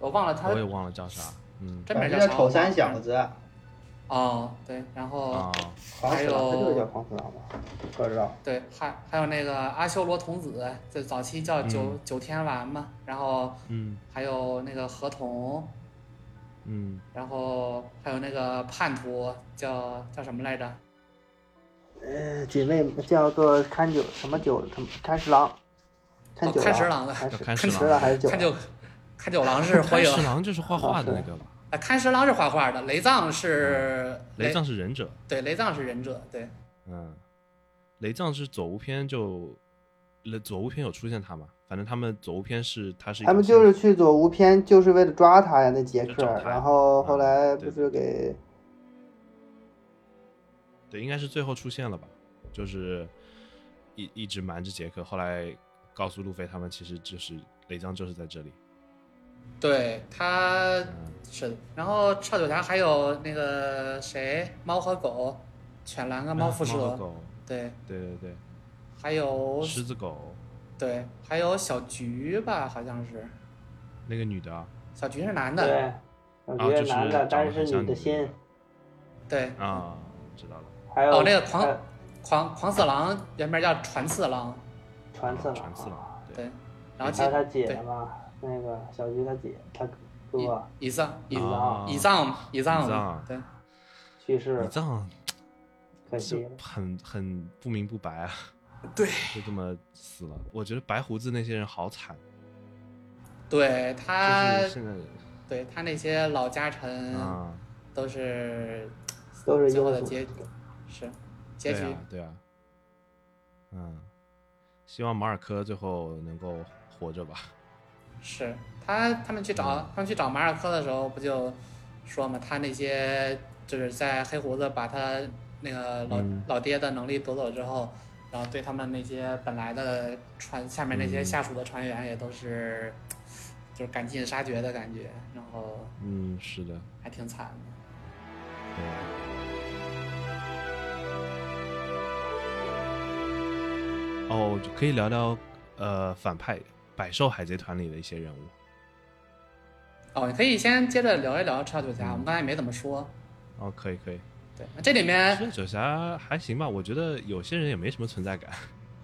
S2: 我忘了他
S1: 我也忘了叫啥，嗯
S2: 真名
S3: 就
S2: 啥
S3: 叫丑三小。子，
S2: 哦，对，然后、
S1: 啊，
S3: 黄鼠狼，
S2: 还
S3: 他
S2: 有
S3: 就是叫黄鼠狼吧？不知道，
S2: 对，还还有那个阿修罗童子，就早期叫九、
S1: 嗯
S2: 九天丸嘛，然后
S1: 嗯
S2: 还有那个河童，
S1: 嗯，
S2: 然后还有那个叛徒叫叫什么来着？
S4: 呃，警卫叫做看九什么九什么看十郎，看
S2: 哦
S4: 九
S2: 看十郎的
S4: 还
S1: 叫
S4: 是
S1: 哦看
S4: 十
S1: 十郎
S4: 还是九
S2: 看？就开九郎 是火
S1: 开
S2: 影
S1: 十郎就是画画的那 个吧？
S2: 啊，勘十郎是画画的，雷藏是
S1: 雷藏是忍者，
S2: 对雷藏是忍者，对
S1: 嗯，雷藏是左无篇就，雷左无篇有出现他吗？反正他们左无篇是他是一
S4: 他们
S1: 条
S4: 就是
S1: 线
S4: 去左无篇，就是为了抓他呀，那杰
S1: 就
S4: 克
S1: 找他。呀
S4: 然后后
S1: 嗯
S4: 来
S1: 对
S4: 不是给
S1: 对，应该是最后出现了吧？就是一一直瞒着杰克，后来告诉路飞他们，其实就是雷藏就是在这里。
S2: 对，他
S1: 嗯，
S2: 是的。然后超九侠还有那个谁，猫和狗，犬狼跟猫
S1: 啊
S2: 蝮
S1: 和
S2: 蛇，
S1: 狗，
S2: 对，
S1: 对对
S2: 还有
S1: 对，狮子狗
S2: 对，还有小菊吧，好像是
S1: 那个女的啊，
S2: 小菊是男的，
S4: 对，我
S1: 啊
S4: 觉得
S1: 就是
S4: 男的，
S1: 长
S4: 但
S1: 得
S4: 是
S1: 很像
S4: 女的
S1: 女的
S4: 心，
S2: 对，
S1: 啊知道了，
S4: 还有呃
S2: 哦，那个狂
S4: 还有
S2: 狂狂四郎原名叫传次郎，
S4: 传次郎，
S1: 传次郎，对，
S2: 对，然后
S4: 还
S2: 其
S4: 有他
S2: 对
S4: 姐嘛，那个小菊他姐，他哥
S2: 以以上以
S1: 啊
S2: 以上以
S1: 以啊
S2: 上
S1: 上
S2: 对。
S4: 去世
S1: 李
S4: 了，
S1: 藏
S4: 可惜
S1: 就
S4: 了。
S1: 很很不明不白啊，
S2: 对，
S1: 就这么死了。我觉得白胡子那些人好惨，
S2: 对他
S1: 就，是现在
S2: 对他那些老家臣
S1: 啊，
S2: 都是
S4: 都是
S2: 最后的
S4: 庸俗
S2: 结局，是结局
S1: 对啊，对啊，嗯，希望马尔科最后能够活着吧。
S2: 是他他们去找
S1: 嗯
S2: 他们去找马尔科的时候，不就说嘛，他那些就是在黑胡子把他那个老、
S1: 嗯
S2: 老爹的能力夺走之后，然后对他们那些本来的船下面那些
S1: 嗯
S2: 下属的船员也都是就是赶尽杀绝的感觉，然后
S1: 嗯，是的，
S2: 还挺惨的。
S1: 对啊。哦，就可以聊聊呃反派百兽海贼团里的一些人物。
S2: 哦，你可以先接着聊一聊超九侠，我们刚才没怎么说。
S1: 哦，可以可以。
S2: 对，这里面
S1: 其实九侠还行吧，我觉得有些人也没什么存在感。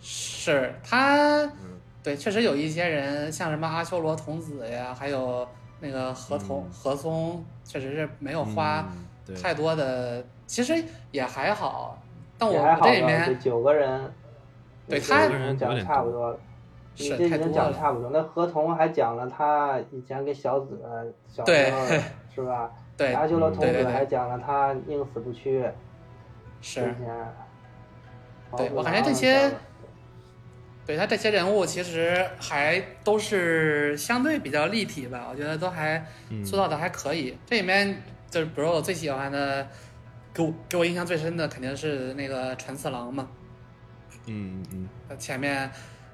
S2: 是他
S1: 嗯，
S2: 对，确实有一些人，像什么阿修罗童子呀，还有那个河童、
S1: 嗯
S2: 河松，确实是没有花
S1: 嗯对
S2: 太多的，其实也还好。但
S4: 也
S2: 我
S4: 还
S2: 我
S4: 好
S2: 这
S4: 吧，
S2: 里
S4: 这
S2: 面
S4: 九个人，
S2: 对
S4: 这
S2: 他
S4: 已经讲的差不多了，你
S2: 是
S4: 这已
S2: 太
S4: 经
S2: 多
S4: 讲
S2: 了
S4: 得差不多。那合同还讲了他以前给小紫 小时
S2: 对
S4: 候是吧？
S2: 对嗯
S4: 阿修罗童
S2: 对对
S4: 子
S2: 对
S4: 还讲了他宁死不屈之
S2: 是
S4: 前。
S2: 对
S4: 黄鼠
S2: 我感觉
S4: 狼
S2: 这些
S4: 讲了
S2: 对他这些人物，其实还都是相对比较立体吧，我觉得都还
S1: 嗯
S2: 塑造的还可以。这里面就是，比如我最喜欢的，给我给我印象最深的肯定是那个传次郎嘛。
S1: 嗯嗯
S2: 前面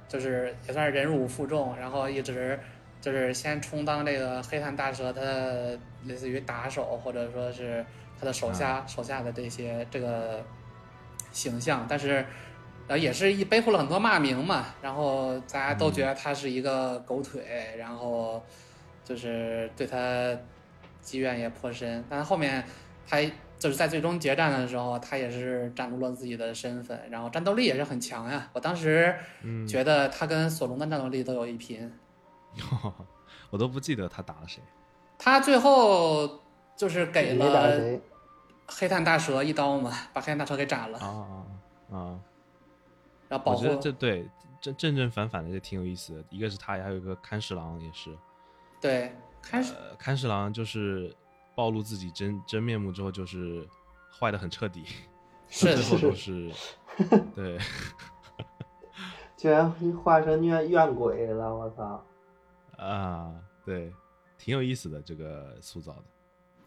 S2: 就是也算是忍辱负重，然后一直就是先充当这个黑炭大蛇他的类似于打手，或者说是他的手下、手下的这些这个形象，但是呃也是一背负了很多骂名嘛，然后大家都觉得他是一个狗腿，然后就是对他积怨也颇深，但是后面他。就是在最终决战的时候，他也是展露了自己的身份，然后战斗力也是很强呀。我当时
S1: 嗯，
S2: 觉得他跟索隆的战斗力都有一拼。
S1: 我都不记得他打了谁。
S2: 他最后就是给
S4: 没打
S2: 了
S4: 谁，
S2: 黑炭大蛇一刀嘛，把黑炭大蛇给斩了，
S1: 啊啊啊！
S2: 然后保
S1: 我觉
S2: 护
S1: 得这对正正正反反的这挺有意思的。一个是他，还有一个勘十郎也是。
S2: 对开始
S1: 呃，勘十郎就是暴露自己真真面目之后，就是坏的很彻 底，
S2: 是
S1: 最后都是 对
S4: 居然化身怨怨鬼了，我操！
S1: 啊对，挺有意思的这个塑造的。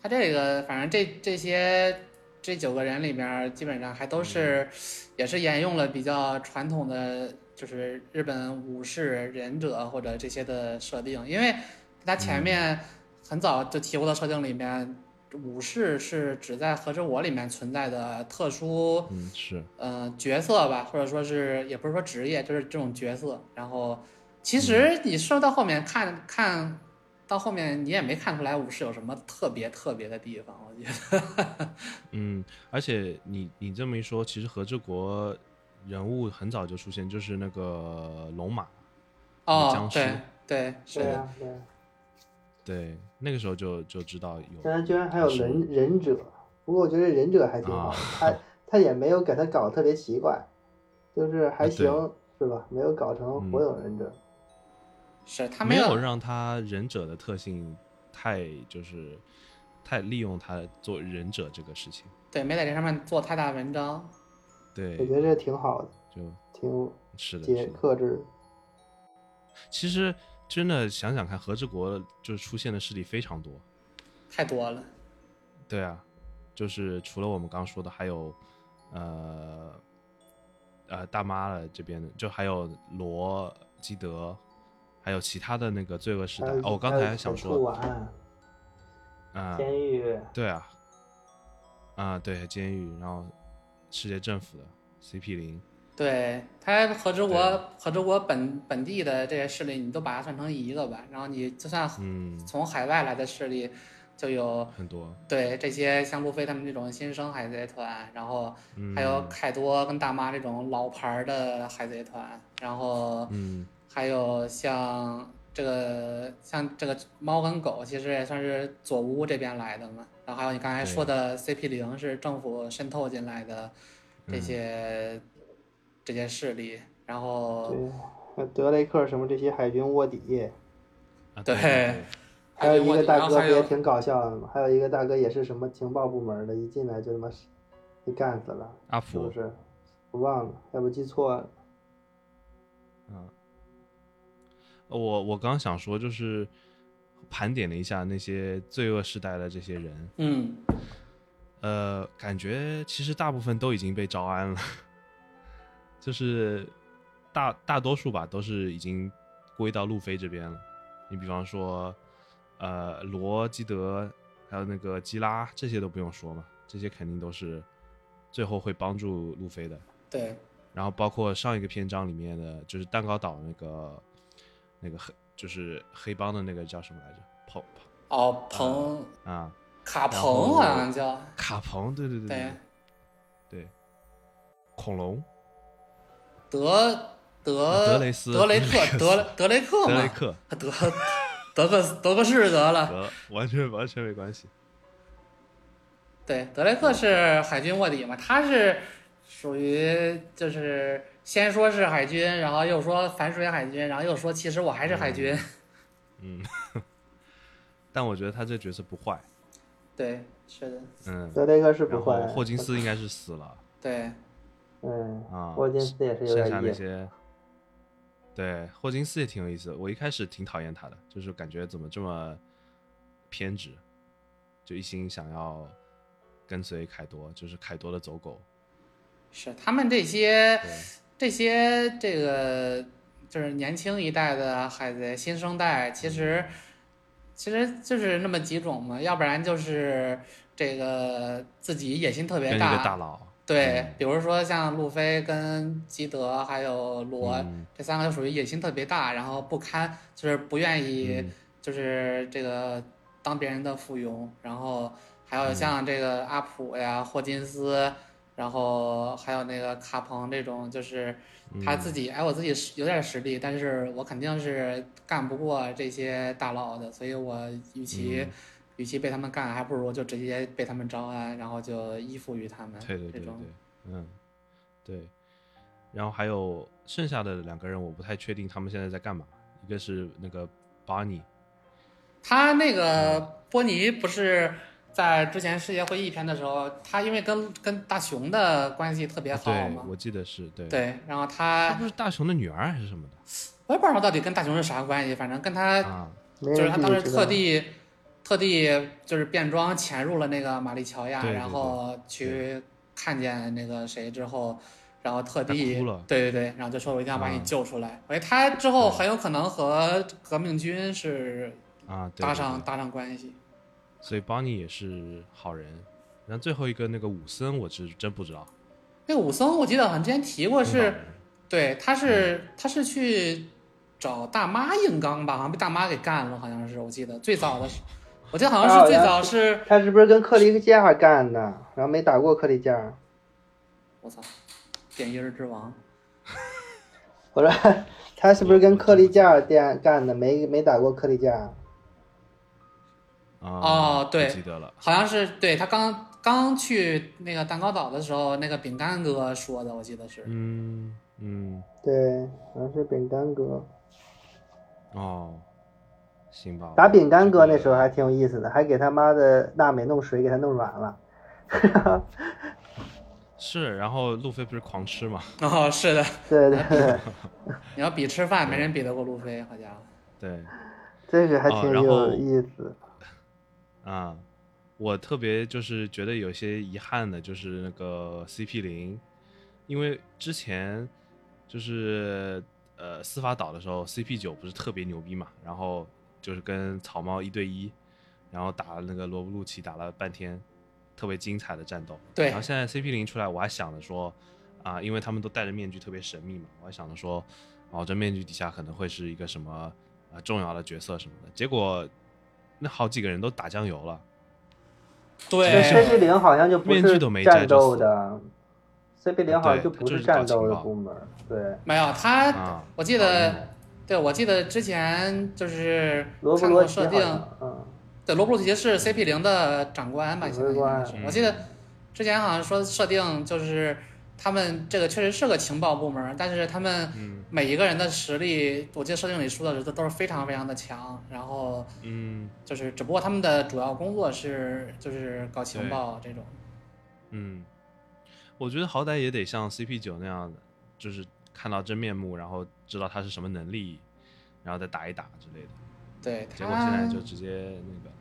S2: 他这个反正这这些这九个人里面，基本上还都是、也是沿用了比较传统的，就是日本武士、忍者或者这些的设定，因为他前面很早就提过的设定里面。武士是指在和之我里面存在的特殊
S1: 嗯，是
S2: 呃角色吧，或者说是也不是说职业，就是这种角色。然后其
S1: 嗯
S2: 实你说到后面看看到后面，你也没看出来武士有什么特别特别的地方，我觉得。
S1: 嗯，而且你你这么一说，其实和之国人物很早就出现，就是那个龙马，
S2: 哦
S1: 僵，尸
S2: 对对是
S4: 对
S2: 的，
S4: 啊，对啊，
S1: 对，那个时候就就知道有。
S4: 现在居然还有
S1: 是
S4: 忍忍者，不过我觉得忍者还挺好
S1: 啊
S4: 的，他 他也没有给他搞特别奇怪，就是还
S1: 啊对
S4: 行、是吧？没有搞成火
S1: 嗯
S4: 影忍者，
S2: 是他
S1: 没
S2: 有
S1: 有让他忍者的特性太就是太利用他做忍者这个事情。
S2: 对没在这上面做太大文章，
S1: 对，
S4: 我觉得这挺好的，
S1: 就
S4: 挺
S1: 哎是的，
S4: 解
S1: 是的。
S4: 克制。
S1: 其实真的想想看，和之国就是出现的势力非常多。
S2: 太多了。
S1: 对啊，就是除了我们刚说的，还有呃呃大妈了这边的，就还有罗基德，还有其他的那个罪恶时代。
S4: 还有
S1: 哦，我刚
S4: 还有
S1: 才想
S4: 陈醋
S1: 说
S4: 丸、
S1: 啊、
S4: 监狱，
S1: 对啊，啊、对，监狱，然后世界政府的 CP 零，
S2: 对他和之
S1: 对啊
S2: 国和之国本本地的这些势力，你都把它算成一个吧。然后你就算
S1: 嗯，
S2: 从海外来的势力，就有
S1: 很多，
S2: 对这些像路飞他们这种新生海贼团，然后
S1: 嗯，
S2: 还有凯多跟大妈这种老牌儿的海贼团，然后
S1: 嗯
S2: 还有像这个像这个猫跟狗，其实也算是左屋这边来的嘛。然后还有你刚才说的 CP 零是政府渗透进来的这些、这些势力，然后
S4: 对，还有德雷克什么这些海军卧底，
S1: 啊
S2: 对
S1: 对
S4: 还有一个大
S2: 然后
S4: 哥
S2: 还
S4: 不也
S2: 有
S4: 挺搞笑的吗？还有一个大哥也是什么情报部门的，一进来就他妈是给干死了，
S1: 阿
S4: 是不
S1: 福，
S4: 是？我忘了，要不记错了。
S1: 嗯，我我刚想说就是盘点了一下那些罪恶时代的这些人，
S2: 嗯，
S1: 呃，感觉其实大部分都已经被招安了， 就是大大多数吧，都是已经归到路飞这边了。你比方说，呃，罗基德，还有那个基拉，这些都不用说嘛，这些肯定都是最后会帮助路飞的。
S2: 对，
S1: 然后包括上一个篇章里面的，就是蛋糕岛那个那个黑，就是黑帮的那个叫什么来着？彭
S2: 哦，彭、
S1: 彭啊，
S2: 卡
S1: 然后
S2: 彭嗯好像叫，
S1: 卡彭，对对对
S2: 对，
S4: 啊
S1: 对，恐龙。
S2: 德德
S1: 啊德雷斯
S2: 德雷
S1: 德雷克
S2: 克
S1: 斯
S2: 德雷德雷克
S1: 德
S2: 嘛，
S1: 雷克，
S2: 德德克斯德克士得了。
S1: 德完全完全没关系。
S2: 对，德雷克是海军卧底嘛，他是属于就是先说是海军，然后又说反水海军，然后又说其实我还是海军。
S1: 嗯，但我觉得他这角色不坏。
S2: 对，是的，
S1: 嗯，
S4: 德雷克是不
S1: 然
S4: 坏
S1: 后，霍金斯应该是死了
S2: 对
S4: 嗯，
S1: 啊，
S4: 霍金斯也是有
S1: 剩下
S4: 点
S1: 那
S4: 意思。
S1: 些。对，霍金斯也挺有意思的。我一开始挺讨厌他的，就是感觉怎么这么偏执，就一心想要跟随凯多，就是凯多的走狗。
S2: 是他们这些
S1: 对，
S2: 这些这个就是年轻一代的海贼新生代，其实其实就是那么几种嘛，要不然就是这个自己野心特
S1: 跟
S2: 别
S1: 一个
S2: 大，
S1: 大佬。
S2: 对
S1: 嗯，
S2: 比如说像路飞跟基德还有罗、
S1: 嗯
S2: 这三个，就属于野心特别大，然后不堪就是不愿意
S1: 嗯
S2: 就是这个当别人的附庸，然后还有
S1: 嗯
S2: 像这个阿普呀、霍金斯，然后还有那个卡彭这种，就是他
S1: 嗯
S2: 自己、哎，我自己是有点实力，但是我肯定是干不过这些大佬的，所以我与其、
S1: 嗯
S2: 与其被他们干，还不如就直接被他们招安，然后就依附于他们。
S1: 对对对
S2: 这
S1: 对
S2: 种，
S1: 嗯，对。然后还有剩下的两个人，我不太确定他们现在在干嘛。一个是那个巴尼，
S2: 他那
S1: 嗯
S2: 个波尼不是在之前世界会议篇的时候，他因为跟跟大雄的关系特别好
S1: 对
S2: 嘛，，
S1: 我记得是对。，
S2: 对，然后
S1: 他
S2: 他
S1: 不是大雄的女儿还是什么的
S2: 我也不知道他到底跟大雄是啥关系，反正跟他
S1: 啊？
S4: 没
S2: 就是
S4: 人
S2: 他
S4: 自己
S2: 当时
S4: 知
S2: 特
S4: 道
S2: 地特地就是变装潜入了那个玛丽乔亚，
S1: 对对对
S2: 然后去看见那个谁之后，然后特地
S1: 他哭了
S2: 对对对，然后就说我一定要把你
S1: 啊
S2: 救出来。我觉得他之后
S1: 对
S2: 很有可能和革命军是
S1: 啊，对
S2: 搭
S1: 对
S2: 上
S1: 对
S2: 搭上关系。
S1: 所以邦尼也是好人。然后最后一个那个武僧，我是真不知道。
S2: 那个武僧，我记得好像之前提过
S1: 很好
S2: 是，
S1: 人嗯
S2: 对，他是他是去找大妈硬刚吧，好像被大妈给干了，好像是我记得最早的是，我记得好像
S4: 啊
S2: 是最
S4: 然
S2: 早
S4: 后
S2: 是，
S4: 他是不是跟克里加尔干的？然后没打过克里加尔。
S2: 我操，点音儿之王，
S4: 我说他是不是跟克里
S1: 嗯
S4: 加尔干干的？没没打过克里加尔。
S1: 啊，
S2: 哦
S1: 不
S2: 对
S1: 记得了。
S2: 好像是对他刚刚去那个蛋糕岛的时候，那个饼干哥说的，我记得是，
S1: 嗯嗯，
S4: 对，好像是饼干哥。
S1: 哦，行吧。
S4: 打饼干哥那时候还挺有意思的，还给他妈的娜美弄水给他弄软了。
S1: 是，然后路飞不是狂吃嘛？
S2: 哦，是的，
S1: 嗯
S4: 对对对，
S2: 你要比吃饭，没人比得过路飞，好家伙！
S1: 对，
S4: 这个还
S1: 哦
S4: 挺
S1: 然后
S4: 有意思。
S1: 啊，我特别就是觉得有些遗憾的，就是那个 CP 零，因为之前就是呃司法岛的时候，CP 九不是特别牛逼嘛，然后就是跟草帽一对一，然后打了那个罗布路奇打了半天，特别精彩的战斗。
S2: 对
S1: 然后现在 CP 零出来，我还想着说啊，因为他们都戴着面具，特别神秘嘛，我还想着说，哦，这面具底下可能会是一个什么啊重要的角色什么的，结果。那好几个人都打酱油了，
S4: 对
S1: 对是
S4: ，CP 零好像就不
S1: 面具
S4: 是
S1: 都没摘
S4: 战
S1: 就
S4: 斗
S1: 死
S4: 的，CP 零好像就
S1: 对
S4: 不
S1: 就是是搞
S4: 战斗
S1: 情
S4: 的
S1: 报
S4: 部门儿，对。
S2: 没有他，
S1: 啊
S2: 我记
S1: 搞阴
S2: 得
S1: 谋，
S2: 对我记得之前就是
S4: 罗布
S2: 看
S4: 罗
S2: 过
S4: 奇
S2: 设
S4: 好
S2: 定
S4: 像，，嗯，
S2: 对罗布鲁提是 CP 零的长官吧？
S4: 指
S2: 现在
S4: 挥
S2: 应该是
S1: 官
S2: 我记得之前好像说设定就是他们这个确实是个情报部门，但是他们
S1: 嗯
S2: 每一个人的实力，我记得设定里说的是都都是非常非常的强，然后
S1: 嗯
S2: 就是只不过他们的主要工作是就是搞情
S1: 对
S2: 报这种。
S1: 嗯，我觉得好歹也得像 CP 九那样的，就是看到真面目，然后知道他是什么能力，然后再打一打之类的。
S2: 对，
S1: 结果现在
S2: 他
S1: 就直接那个，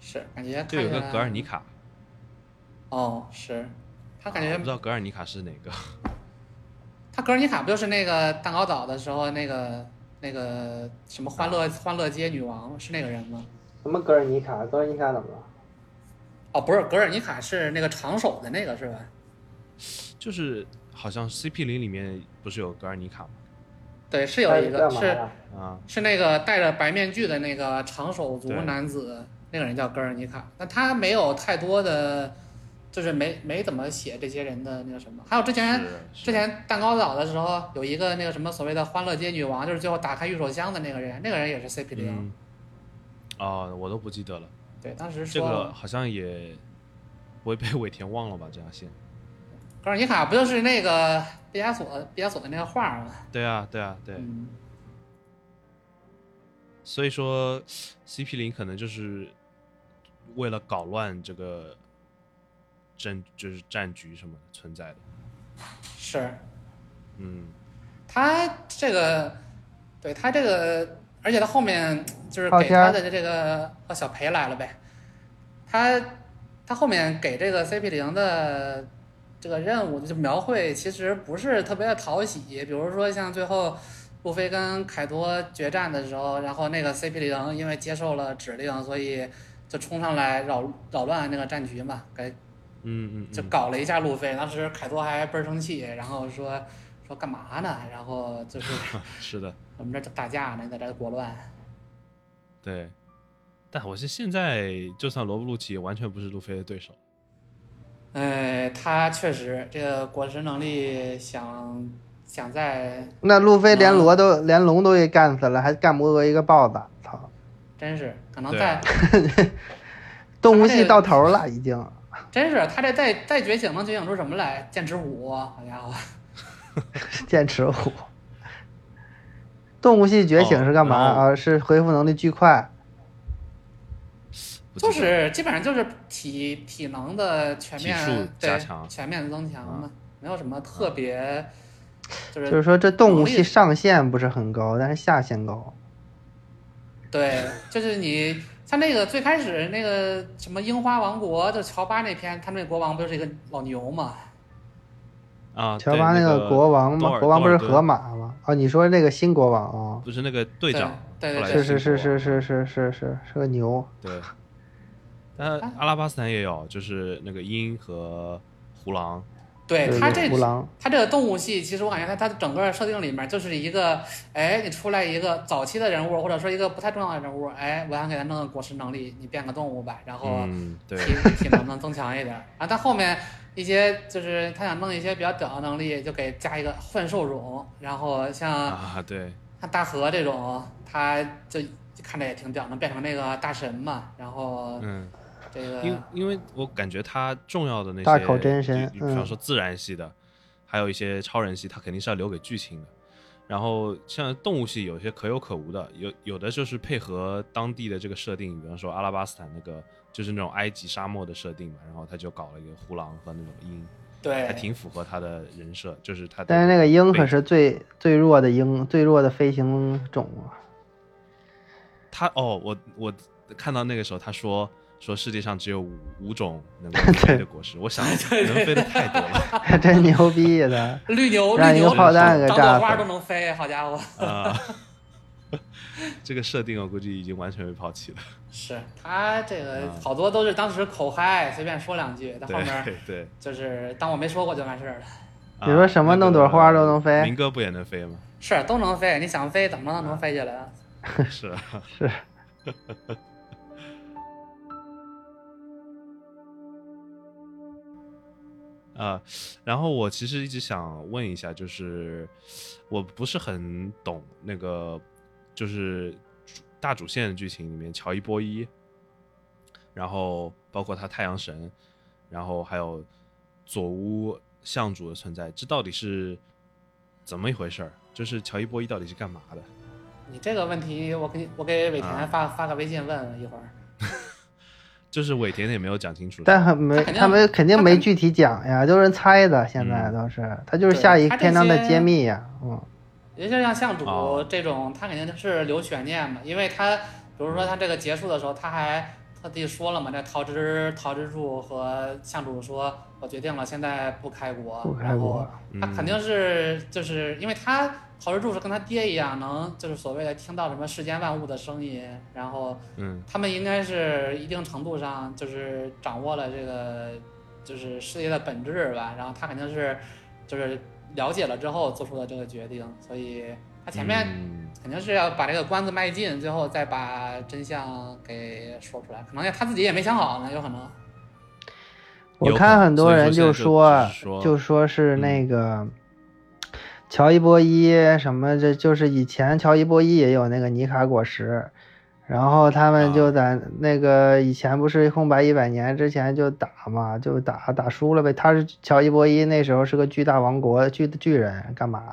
S2: 是感觉
S1: 就有
S2: 看
S1: 个
S2: 起来
S1: 格尔尼卡，
S2: 哦，是他感
S1: 啊
S2: 觉
S1: 我不知道格尔尼卡是哪个。
S2: 他格尔尼卡不就是那个蛋糕岛的时候那个那个什么欢
S1: 啊
S2: 乐欢乐街女王是那个人吗？
S4: 什么格尔尼卡？格尔尼卡怎么了？
S2: 哦，不是，格尔尼卡是那个长手的那个是吧？
S1: 就是好像 CP 零里面不是有格尔尼卡吗？
S2: 对，是有
S4: 干
S2: 一个
S4: 干嘛
S2: 是
S4: 呀？
S1: 啊，
S2: 是那个戴着白面具的那个长手族
S1: 对
S2: 男子，那个人叫格尔尼卡。那他没有太多的，就是没没怎么写这些人的那个什么。还有之前
S1: 是
S2: 之前蛋糕岛的时候，有一个那个什么所谓的欢乐街女王，就是最后打开御手箱的那个人，那个人也是 CP 零、
S1: 嗯，哦，我都不记得了，
S2: 对，当时
S1: 这
S2: 说
S1: 个好像也不会被尾田忘了吧？这条线。
S2: 格尔尼卡不就是那个毕加索毕加索的那个画吗？
S1: 对啊，对啊，对。
S2: 嗯，
S1: 所以说 CP 零可能就是为了搞乱这个战，就是战局什么的存在的。
S2: 是。
S1: 嗯，
S2: 他这个，对他这个，而且他后面就是
S4: 昊
S2: 给
S4: 天儿
S2: 他的这个哦，小裴来了呗。他他后面给这个 CP 零的这个任务就描绘，其实不是特别的讨喜。比如说像最后路飞跟凯多决战的时候，然后那个 CP 零因为接受了指令，所以就冲上来扰扰乱那个战局嘛，给
S1: 嗯嗯，
S2: 就
S1: 嗯
S2: 搞了一下路飞。当时凯多还倍儿生气，然后说说干嘛呢？然后就是
S1: 是的，
S2: 我们这打架呢，你在这国乱。
S1: 对。但我是现在，就算罗布路奇，也完全不是路飞的对手。
S2: 呃，他确实这个果实能力想想在
S4: 那路飞连
S2: 啊
S4: 罗都连龙都给干死了，还干不过一个豹子，操！
S2: 真是可能
S1: 对
S2: 在
S1: 啊
S4: 动物
S2: 他这
S4: 系
S2: 个
S4: 到头了，已经。
S2: 真是他这再再觉醒能觉醒出什么来？剑齿虎，啊好家伙！
S4: 剑齿虎。动物系觉醒是干嘛、
S1: 哦然后
S4: 啊？是恢复能力巨快。
S1: 不记
S2: 就
S1: 得
S2: 是基本上就是体体能的全
S1: 体术
S2: 面
S1: 加
S2: 对
S1: 强啊
S2: 全面增强嘛，没有什么特别就是
S4: 就是说，这动物
S2: 能
S4: 系
S2: 力
S4: 上限不是很高，但是下限高。
S2: 对，就是你像那个最开始那个什么樱花王国，就乔巴那篇，他们那国王不就是一个老牛嘛？
S1: 啊，
S4: 乔
S1: 对
S4: 巴
S1: 那
S4: 个国王
S1: 多
S4: 嘛，
S1: 尔
S4: 国王不
S1: 多
S4: 是
S1: 尔敦
S4: 河马吗？哦，你说那个新国王哦，
S1: 不是那个队长，
S2: 对对
S1: 后来
S4: 是
S2: 对
S4: 是是
S1: 新国
S4: 是
S1: 王
S4: 是是是是是个牛。
S1: 对。啊但阿拉巴斯坦也有，就是那个鹰和胡狼，
S2: 对
S4: 对
S2: 哎他
S4: 对
S2: 这
S4: 胡狼
S2: 他这个动物系，其实我感觉他他整个设定里面就是一个，哎，你出来一个早期的人物，或者说一个不太重要的人物，哎，我想给他弄个果实能力，你变个动物吧，然后
S1: 嗯，对，
S2: 体体能能增强一点。然后他后面一些就是他想弄一些比较屌的能力，就给加一个幻兽种，然后像
S1: 啊，对，
S2: 像大河这种，他就看着也挺屌，能变成那个大神嘛。然后
S1: 嗯，
S2: 这个
S1: 因因为我感觉他重要的那些，
S4: 大口真神
S1: 就比方
S4: 嗯
S1: 说自然系的，还有一些超人系，他肯定是要留给剧情的。然后像动物系有些可有可无的，有有的就是配合当地的这个设定，比方说阿拉巴斯坦那个就是那种埃及沙漠的设定嘛，然后他就搞了一个胡狼和那种鹰，
S2: 对，
S1: 还挺符合他的人设，就是他的背景。
S4: 但是那个鹰可是最最弱的鹰，最弱的飞行种啊。
S1: 他哦，我我看到那个时候他说说世界上只有五五种能够 飞的果实，我 想能飞的太多了
S4: 啊真牛逼的！
S2: 绿牛，
S4: 让
S2: 绿
S4: 一
S2: 牛
S4: 个炮弹给
S2: 长
S4: 炸
S2: 朵
S4: 死
S2: 花
S4: 了
S2: 都能飞，好家 伙！
S1: 啊、这个设定我估计已经完全被抛弃了。
S2: 是他这个
S1: 啊
S2: 好多都是当时口嗨，随便说两句，到后面
S1: 对对，
S2: 就是当我没说过就完事儿了。
S1: 啊
S4: 你说什么弄朵花都能飞
S1: 明哥不也能飞吗？
S2: 是都能飞，你想飞怎么着都能飞起来啊。
S1: 是啊，
S4: 是。
S1: 啊，然后我其实一直想问一下，就是我不是很懂那个，就是主大主线的剧情里面，乔伊波伊，然后包括他太阳神，然后还有左屋相主的存在，这到底是怎么一回事儿？就是乔伊波伊到底是干嘛的？
S2: 你这个问题，我给我给伟
S1: 啊
S2: 田发发个微信问问一会儿。
S1: 就是尾田也没有讲清楚。
S4: 但很没，
S2: 他肯定
S4: 他们肯定
S2: 他
S4: 没
S2: 肯
S4: 具体讲呀，都是猜的，现在
S1: 嗯
S4: 都是，他就是
S2: 对
S4: 下一
S2: 他
S4: 个
S2: 这
S4: 篇章的
S2: 些
S4: 揭秘呀，嗯，
S2: 也就像相主
S1: 哦
S2: 这种，他肯定是留悬念嘛，因为他比如说他这个结束的时候，他还特地说了嘛，那桃之桃之助和相主说，我决定了，现在不开国，
S4: 不开
S2: 然后
S4: 国，
S2: 他
S1: 嗯
S2: 肯定是就是因为他陶之助是跟他爹一样，能就是所谓的听到什么世间万物的声音，然后
S1: 嗯
S2: 他们应该是一定程度上就是掌握了这个就是世界的本质吧，然后他肯定是就是了解了之后做出的这个决定，所以他前面
S1: 嗯
S2: 肯定是要把这个关子迈进，最后再把真相给说出来，可能他自己也没想好呢，有可能。
S4: 我
S1: 有可
S4: 看
S1: 能
S4: 很
S1: 所
S4: 多
S1: 以
S4: 人
S1: 说现在就只是说嗯
S4: 说就说是那个乔伊波伊什么，这就是以前乔伊波伊也有那个尼卡果实，然后他们就
S1: 啊
S4: 在那个以前不是空白一百年之前就打嘛，就打打输了呗。他是乔伊波伊那时候是个巨大王国巨巨人干嘛？然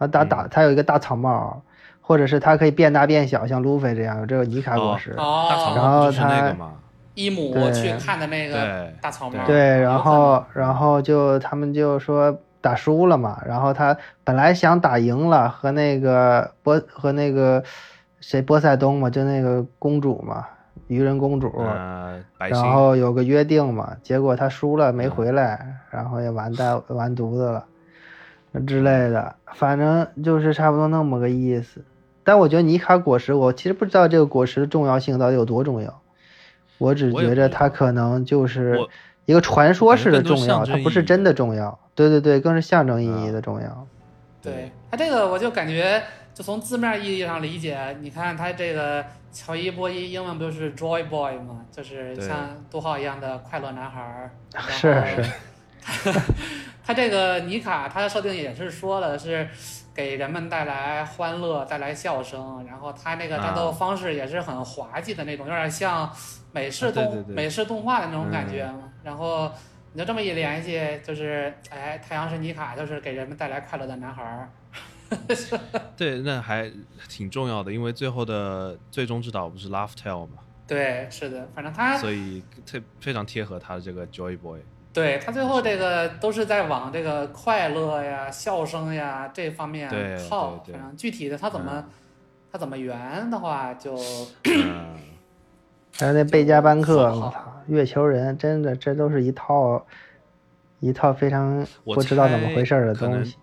S4: 后
S1: 嗯
S4: 打打他有一个大草帽，或者是他可以变大变小，像路飞这样有这个尼卡果
S1: 哦
S4: 实。
S2: 哦，
S1: 大草
S4: 然
S1: 帽不
S4: 后
S1: 就是那
S4: 他
S1: 个嘛，
S2: 伊姆
S4: 对
S2: 去看的那个
S1: 对
S2: 大草帽，
S1: 对
S4: 对，
S2: 有
S4: 然
S2: 可能
S4: 后然后就他们就说打输了嘛，然后他本来想打赢了，和那个波和那个谁波塞冬嘛，就那个公主嘛，渔人公主，
S2: 啊
S1: 呃，白星
S4: 然后有个约定嘛，结果他输了没回来，然后也完蛋完犊子了之类的，反正就是差不多那么个意思。但我觉得尼卡果实，我其实不知道这个果实的重要性到底有多重要，我只
S1: 我也
S4: 觉
S1: 不
S4: 着
S1: 知
S4: 它可能就是
S1: 我
S4: 一个传说
S1: 感觉
S4: 式的
S1: 更多
S4: 重要，
S1: 象
S4: 它
S1: 征
S4: 不是
S1: 意义
S4: 真的重要。对对对，更是象征意义
S1: 啊
S4: 的重要。
S2: 对他这个，我就感觉就从字面意义上理解，你看他这个乔伊波伊英文不就是 Joy Boy 吗？就是
S1: 对
S2: 像杜浩一样的快乐男孩儿。 然后
S4: 是是。
S2: 他这个尼卡，他的设定也是说了是给人们带来欢乐，带来笑声。然后他那个战斗
S1: 啊
S2: 方式也是很滑稽的那种，有点像美式
S1: 啊对
S2: 动、
S1: 对对
S2: 美式动画的那种感觉
S1: 嗯
S2: 嘛。然后你就这么一联系，就是哎，太阳神尼卡就是给人们带来快乐的男孩儿。
S1: 对，那还挺重要的，因为最后的最终之岛不是 Love Tale 嘛，
S2: 对，是的，反正他
S1: 所以特非常贴合他的这个 Joy Boy。
S2: 对他最后这个都是在往这个快乐呀、笑声呀这方面
S1: 对
S2: 靠。
S1: 对对
S2: 反正具体的他怎么、他怎么圆的话 就，
S1: 嗯，
S4: 还有那贝加班克，
S2: 就
S4: 我
S2: 好
S4: 操，月球人，真的这都是一套一套非常
S1: 我
S4: 不知道怎么
S1: 猜
S4: 回事儿的
S1: 可能
S4: 东西。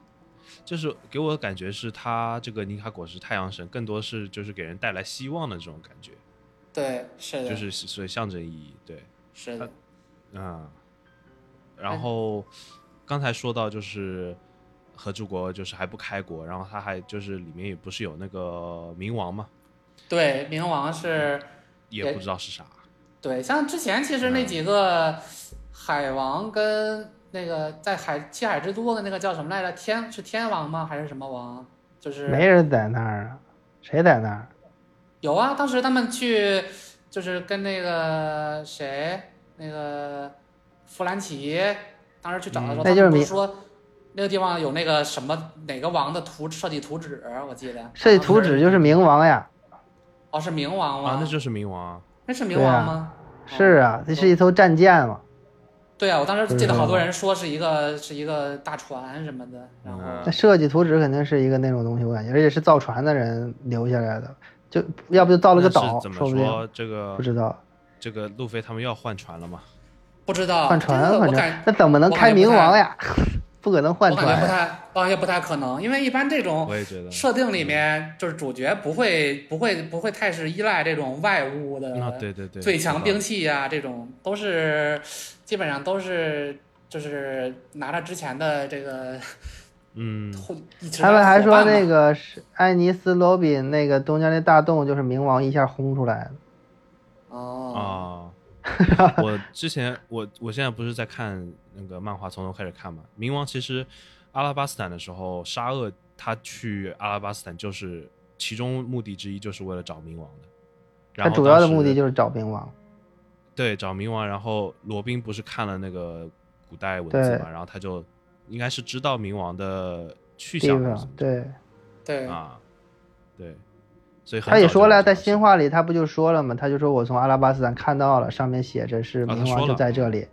S1: 就是给我的感觉是他这个尼卡果实太阳神，更多是就是给人带来希望的这种感觉，
S2: 对，是的，
S1: 就是所以象征意义。对，
S2: 是的，
S1: 嗯，然后刚才说到就是合诸国就是还不开国，然后他还就是里面也不是有那个冥王嘛，
S2: 对，冥王是，
S1: 也不知道是啥。
S2: 对，像之前其实那几个海王跟那个在海七海之都的那个叫什么来着？天是天王吗？还是什么王？就是
S4: 没人在那儿啊，谁在那儿？
S2: 有啊，当时他们去就是跟那个谁，那个弗兰奇，当时去找的时候，
S4: 嗯那
S2: 他
S4: 就是
S2: 们不
S4: 冥
S2: 是说，那个地方有那个什么哪个王的图设计图纸，我记得啊
S4: 设计图纸就是冥王呀，
S2: 哦，是冥王吗？
S1: 啊，那就是冥王啊。
S2: 那是冥王吗？
S4: 是啊，这是一艘战舰嘛，
S2: 嗯对啊，我当时记得好多人说是一个是一个大船什么的，然后
S1: 嗯
S4: 那设计图纸肯定是一个那种东西，我感觉，而且是造船的人留下来的，就要不就造了个
S1: 但是
S4: 岛，
S1: 怎么
S4: 说不定
S1: 说这个
S4: 不知道
S1: 这个路飞他们要换船了嘛？
S2: 不知道
S4: 换船
S2: 啊这个
S4: 换
S2: 我
S4: 船
S2: 感，
S4: 那怎么能
S2: 我
S4: 开
S2: 感觉
S4: 冥
S2: 不太
S4: 王呀？ 不可能换
S2: 我感觉不
S4: 船，
S2: 太，我感觉不太可能，因为一般这种
S1: 我也觉得。嗯
S2: 设定里面就是主角不会不会不会太是依赖这种外物的
S1: 啊，对对对，
S2: 最强兵
S1: 器
S2: 器呀、这种都是基本上都是就是拿着之前的这个
S1: 嗯，
S2: 互，一直
S4: 他们还说那
S2: 个
S4: 个是爱尼斯罗宾那个中间那大洞就是冥王一下轰出来的，
S1: 啊。
S2: 哦
S1: 我之前我我现在不是在看那个漫画，从头开始看嘛。冥王其实阿拉巴斯坦的时候，沙俄他去阿拉巴斯坦就是其中目的之一，就是为了找冥王的。
S4: 他
S1: 然后
S4: 主要的
S1: 当时
S4: 目的就是找冥王。
S1: 对找冥王，然后罗宾不是看了那个古代文字
S4: 对
S1: 嘛，然后他就应该是知道冥王的去
S4: 地
S1: 向还是什
S4: 方
S1: 么，
S4: 对，
S2: 对
S1: 啊，对，所以很
S4: 他也
S1: 早就
S4: 说了，
S1: 有这
S4: 在
S1: 个
S4: 新
S1: 事
S4: 话里他不就说了吗？他就说我从阿拉巴斯坦看到了，上面写着是
S1: 啊他
S4: 冥
S1: 说
S4: 王就
S1: 了
S4: 在这里。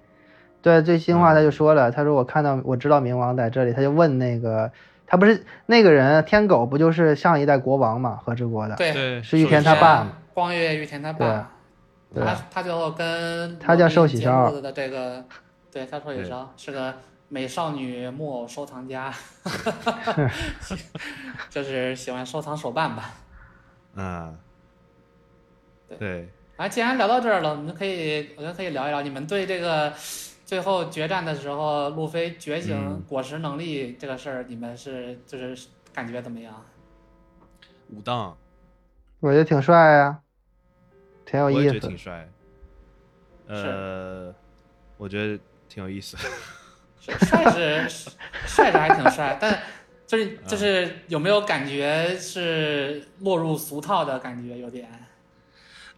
S4: 对，最新话
S1: 嗯
S4: 他就说了，他说我看到我知道冥王在这里，他就问那个他不是那个人天狗不就是上一代国王嘛，和之国的，
S2: 对
S1: 啊对，
S4: 是玉
S1: 寿
S4: 田
S1: 喜
S4: 他
S1: 烧
S4: 爸嘛
S2: 光月玉田他爸，
S4: 对啊
S2: 他他最后跟
S4: 他叫寿喜烧
S2: 罗宾结婚的这个，对他寿喜烧是个美少女木偶收藏 家，就是喜欢收藏手办吧。
S1: 嗯，
S2: 对
S1: 对，
S2: 啊，既然聊到这儿了，我们可以，我觉得可以聊一聊你们对这个最后决战的时候，路飞觉醒
S1: 嗯
S2: 果实能力这个事儿，你们是就是感觉怎么样？
S1: 武当
S4: 我觉得挺帅啊，挺有
S1: 我也
S4: 意
S1: 觉得
S4: 思
S1: 挺。帅，呃，我觉得挺有意思，
S2: 是帅是 帅是还挺帅，但
S1: 嗯
S2: 就是就是有没有感觉是落入俗套的感觉有点？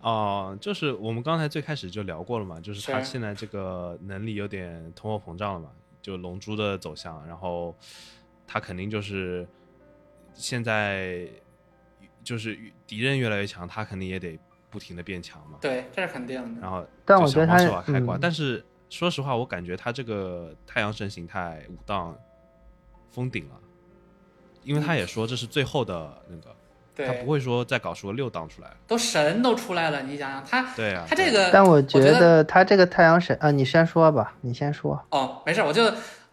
S1: 哦，就是我们刚才最开始就聊过了嘛，就是他
S2: 是
S1: 现在这个能力有点通货膨胀了嘛，就龙珠的走向，然后他肯定就是现在就是敌人越来越强，他肯定也得不停的变强嘛，
S2: 对，这是肯定的。
S1: 然后
S4: 但
S1: 就
S4: 我觉
S1: 想方
S4: 得他
S1: 设法开挂，
S4: 嗯
S1: 但是说实话，我感觉他这个太阳神形态武当封顶了，因为他也说这是最后的那个，啊他
S2: 嗯对
S1: 不，会说再搞出个六档出来。
S2: 都神都出来了，你想想他
S1: 对啊，
S2: 他这
S1: 对啊
S2: 个，
S4: 但我
S2: 觉
S4: 觉得他这个太阳神啊，你先说吧，你先说。
S2: 哦，没事儿，我就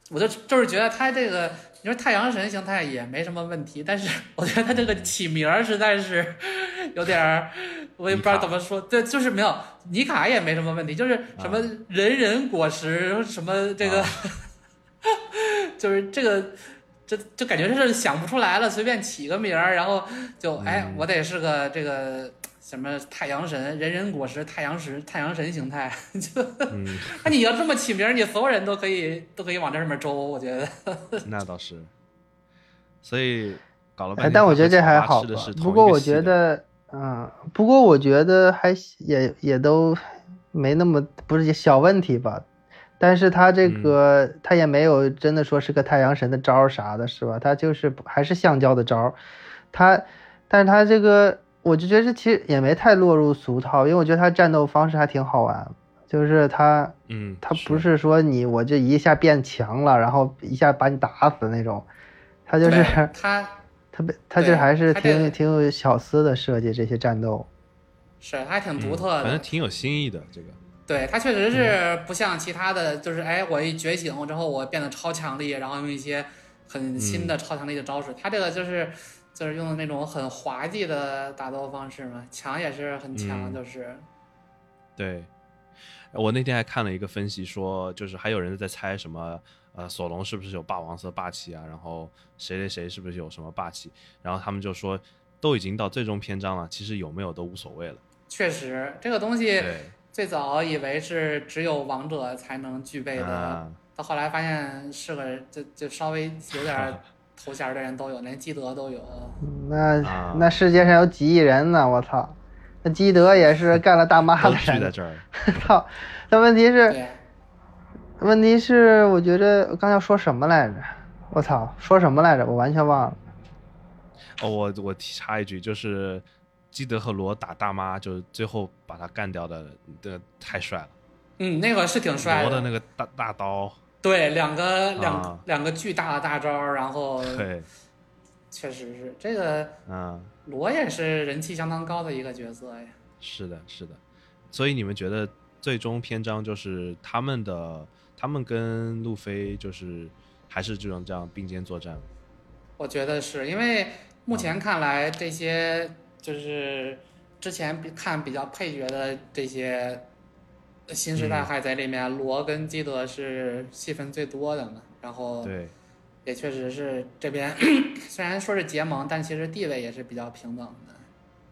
S2: 我就就是觉得他这个，你说太阳神形态也没什么问题，但是我觉得他这个起名儿实在是有点儿，我也不知道
S1: 尼卡
S2: 怎么说，对，就是没有尼卡也没什么问题，就是什么人人果实，什么这个，
S1: 啊
S2: 就是这个。这就感觉是想不出来了，随便起个名儿，然后就哎，
S1: 嗯
S2: 我得是个这个什么太阳神，人人果实，太阳石，太阳神形态， 就
S1: 嗯，
S2: 那你要这么起名儿，你所有人都可以都可以往这上面周，我觉得。
S1: 那倒是，所以搞了半
S4: 哎，
S1: 天，
S4: 但我觉得这
S1: 他
S4: 还
S1: 和
S4: 好
S1: 草拔吃的
S4: 吧
S1: 是同
S4: 不
S1: 一
S4: 过
S1: 个
S4: 我
S1: 系
S4: 觉
S1: 的
S4: 得，嗯，不过我觉得还行也也都没那么不是小问题吧。但是他
S1: 嗯
S4: 这个、他也没有真的说是个太阳神的招儿啥的，是吧？他就是还是橡胶的招儿，他，但是他这个我就觉得其实也没太落入俗套，因为我觉得他战斗方式还挺好玩，就是他
S1: 嗯，
S4: 他不是说你我就一下变强了，然后一下把你打死那种，他 就是。
S2: 对他
S4: 他被他
S2: 对
S4: 这还是
S2: 他这
S4: 挺挺有巧思的设计这些战斗，
S2: 是他还挺
S1: 嗯
S2: 独特
S1: 反
S2: 的，
S1: 正挺有新意的这个。
S2: 对他确实是不像其他的，就是哎，我一觉醒之后我变得超强力，然后用一些很新
S1: 嗯
S2: 的超强力的招式。他这个就是就是用的那种很滑稽的打斗方式嘛，强也是很
S1: 嗯
S2: 强，就是
S1: 对，我那天还看了一个分析说，就是还有人在猜什么，呃，索隆是不是有霸王色霸气啊？然后谁谁谁是不是有什么霸气？然后他们就说，都已经到最终篇章了，其实有没有都无所谓了。
S2: 确实这个东西
S1: 对，
S2: 最早以为是只有王者才能具备的。
S1: 啊，
S2: 到后来发现是个就就稍微有 点儿头衔儿的人都有，连基德都有。
S4: 那、
S1: 啊
S4: 那世界上有几亿人呢？我操，那基德 也是干了大妈
S1: 都
S4: 的
S1: 聚在
S4: 人，
S1: 这儿。
S4: 操！那问题是
S2: 对，
S4: 问题是，我觉得我刚要说什么来着？我操，说什么来着？我完全忘了。
S1: 哦，我我提插一句，就是基德和罗打大妈，就是最后把他干掉的，这太帅了，
S2: 嗯，那个是挺帅
S1: 罗的那个大大刀，
S2: 对，两个两、
S1: 啊
S2: 两个巨大的大招，然后
S1: 对，
S2: 确实是这个
S1: 嗯，
S2: 罗也是人气相当高的一个角色哎呀。
S1: 是的，是的。所以你们觉得最终篇章就是他们的，他们跟路飞就是还是这种这样并肩作战吗？
S2: 我觉得是因为
S1: 啊
S2: 目前看来，这些就是之前比看比较配角的这些新时代
S1: 嗯
S2: 海贼里面，罗跟基德是戏份最多的嘛。然后
S1: 对，
S2: 也确实是这边 虽然说是结盟，但其实地位也是比较平等的。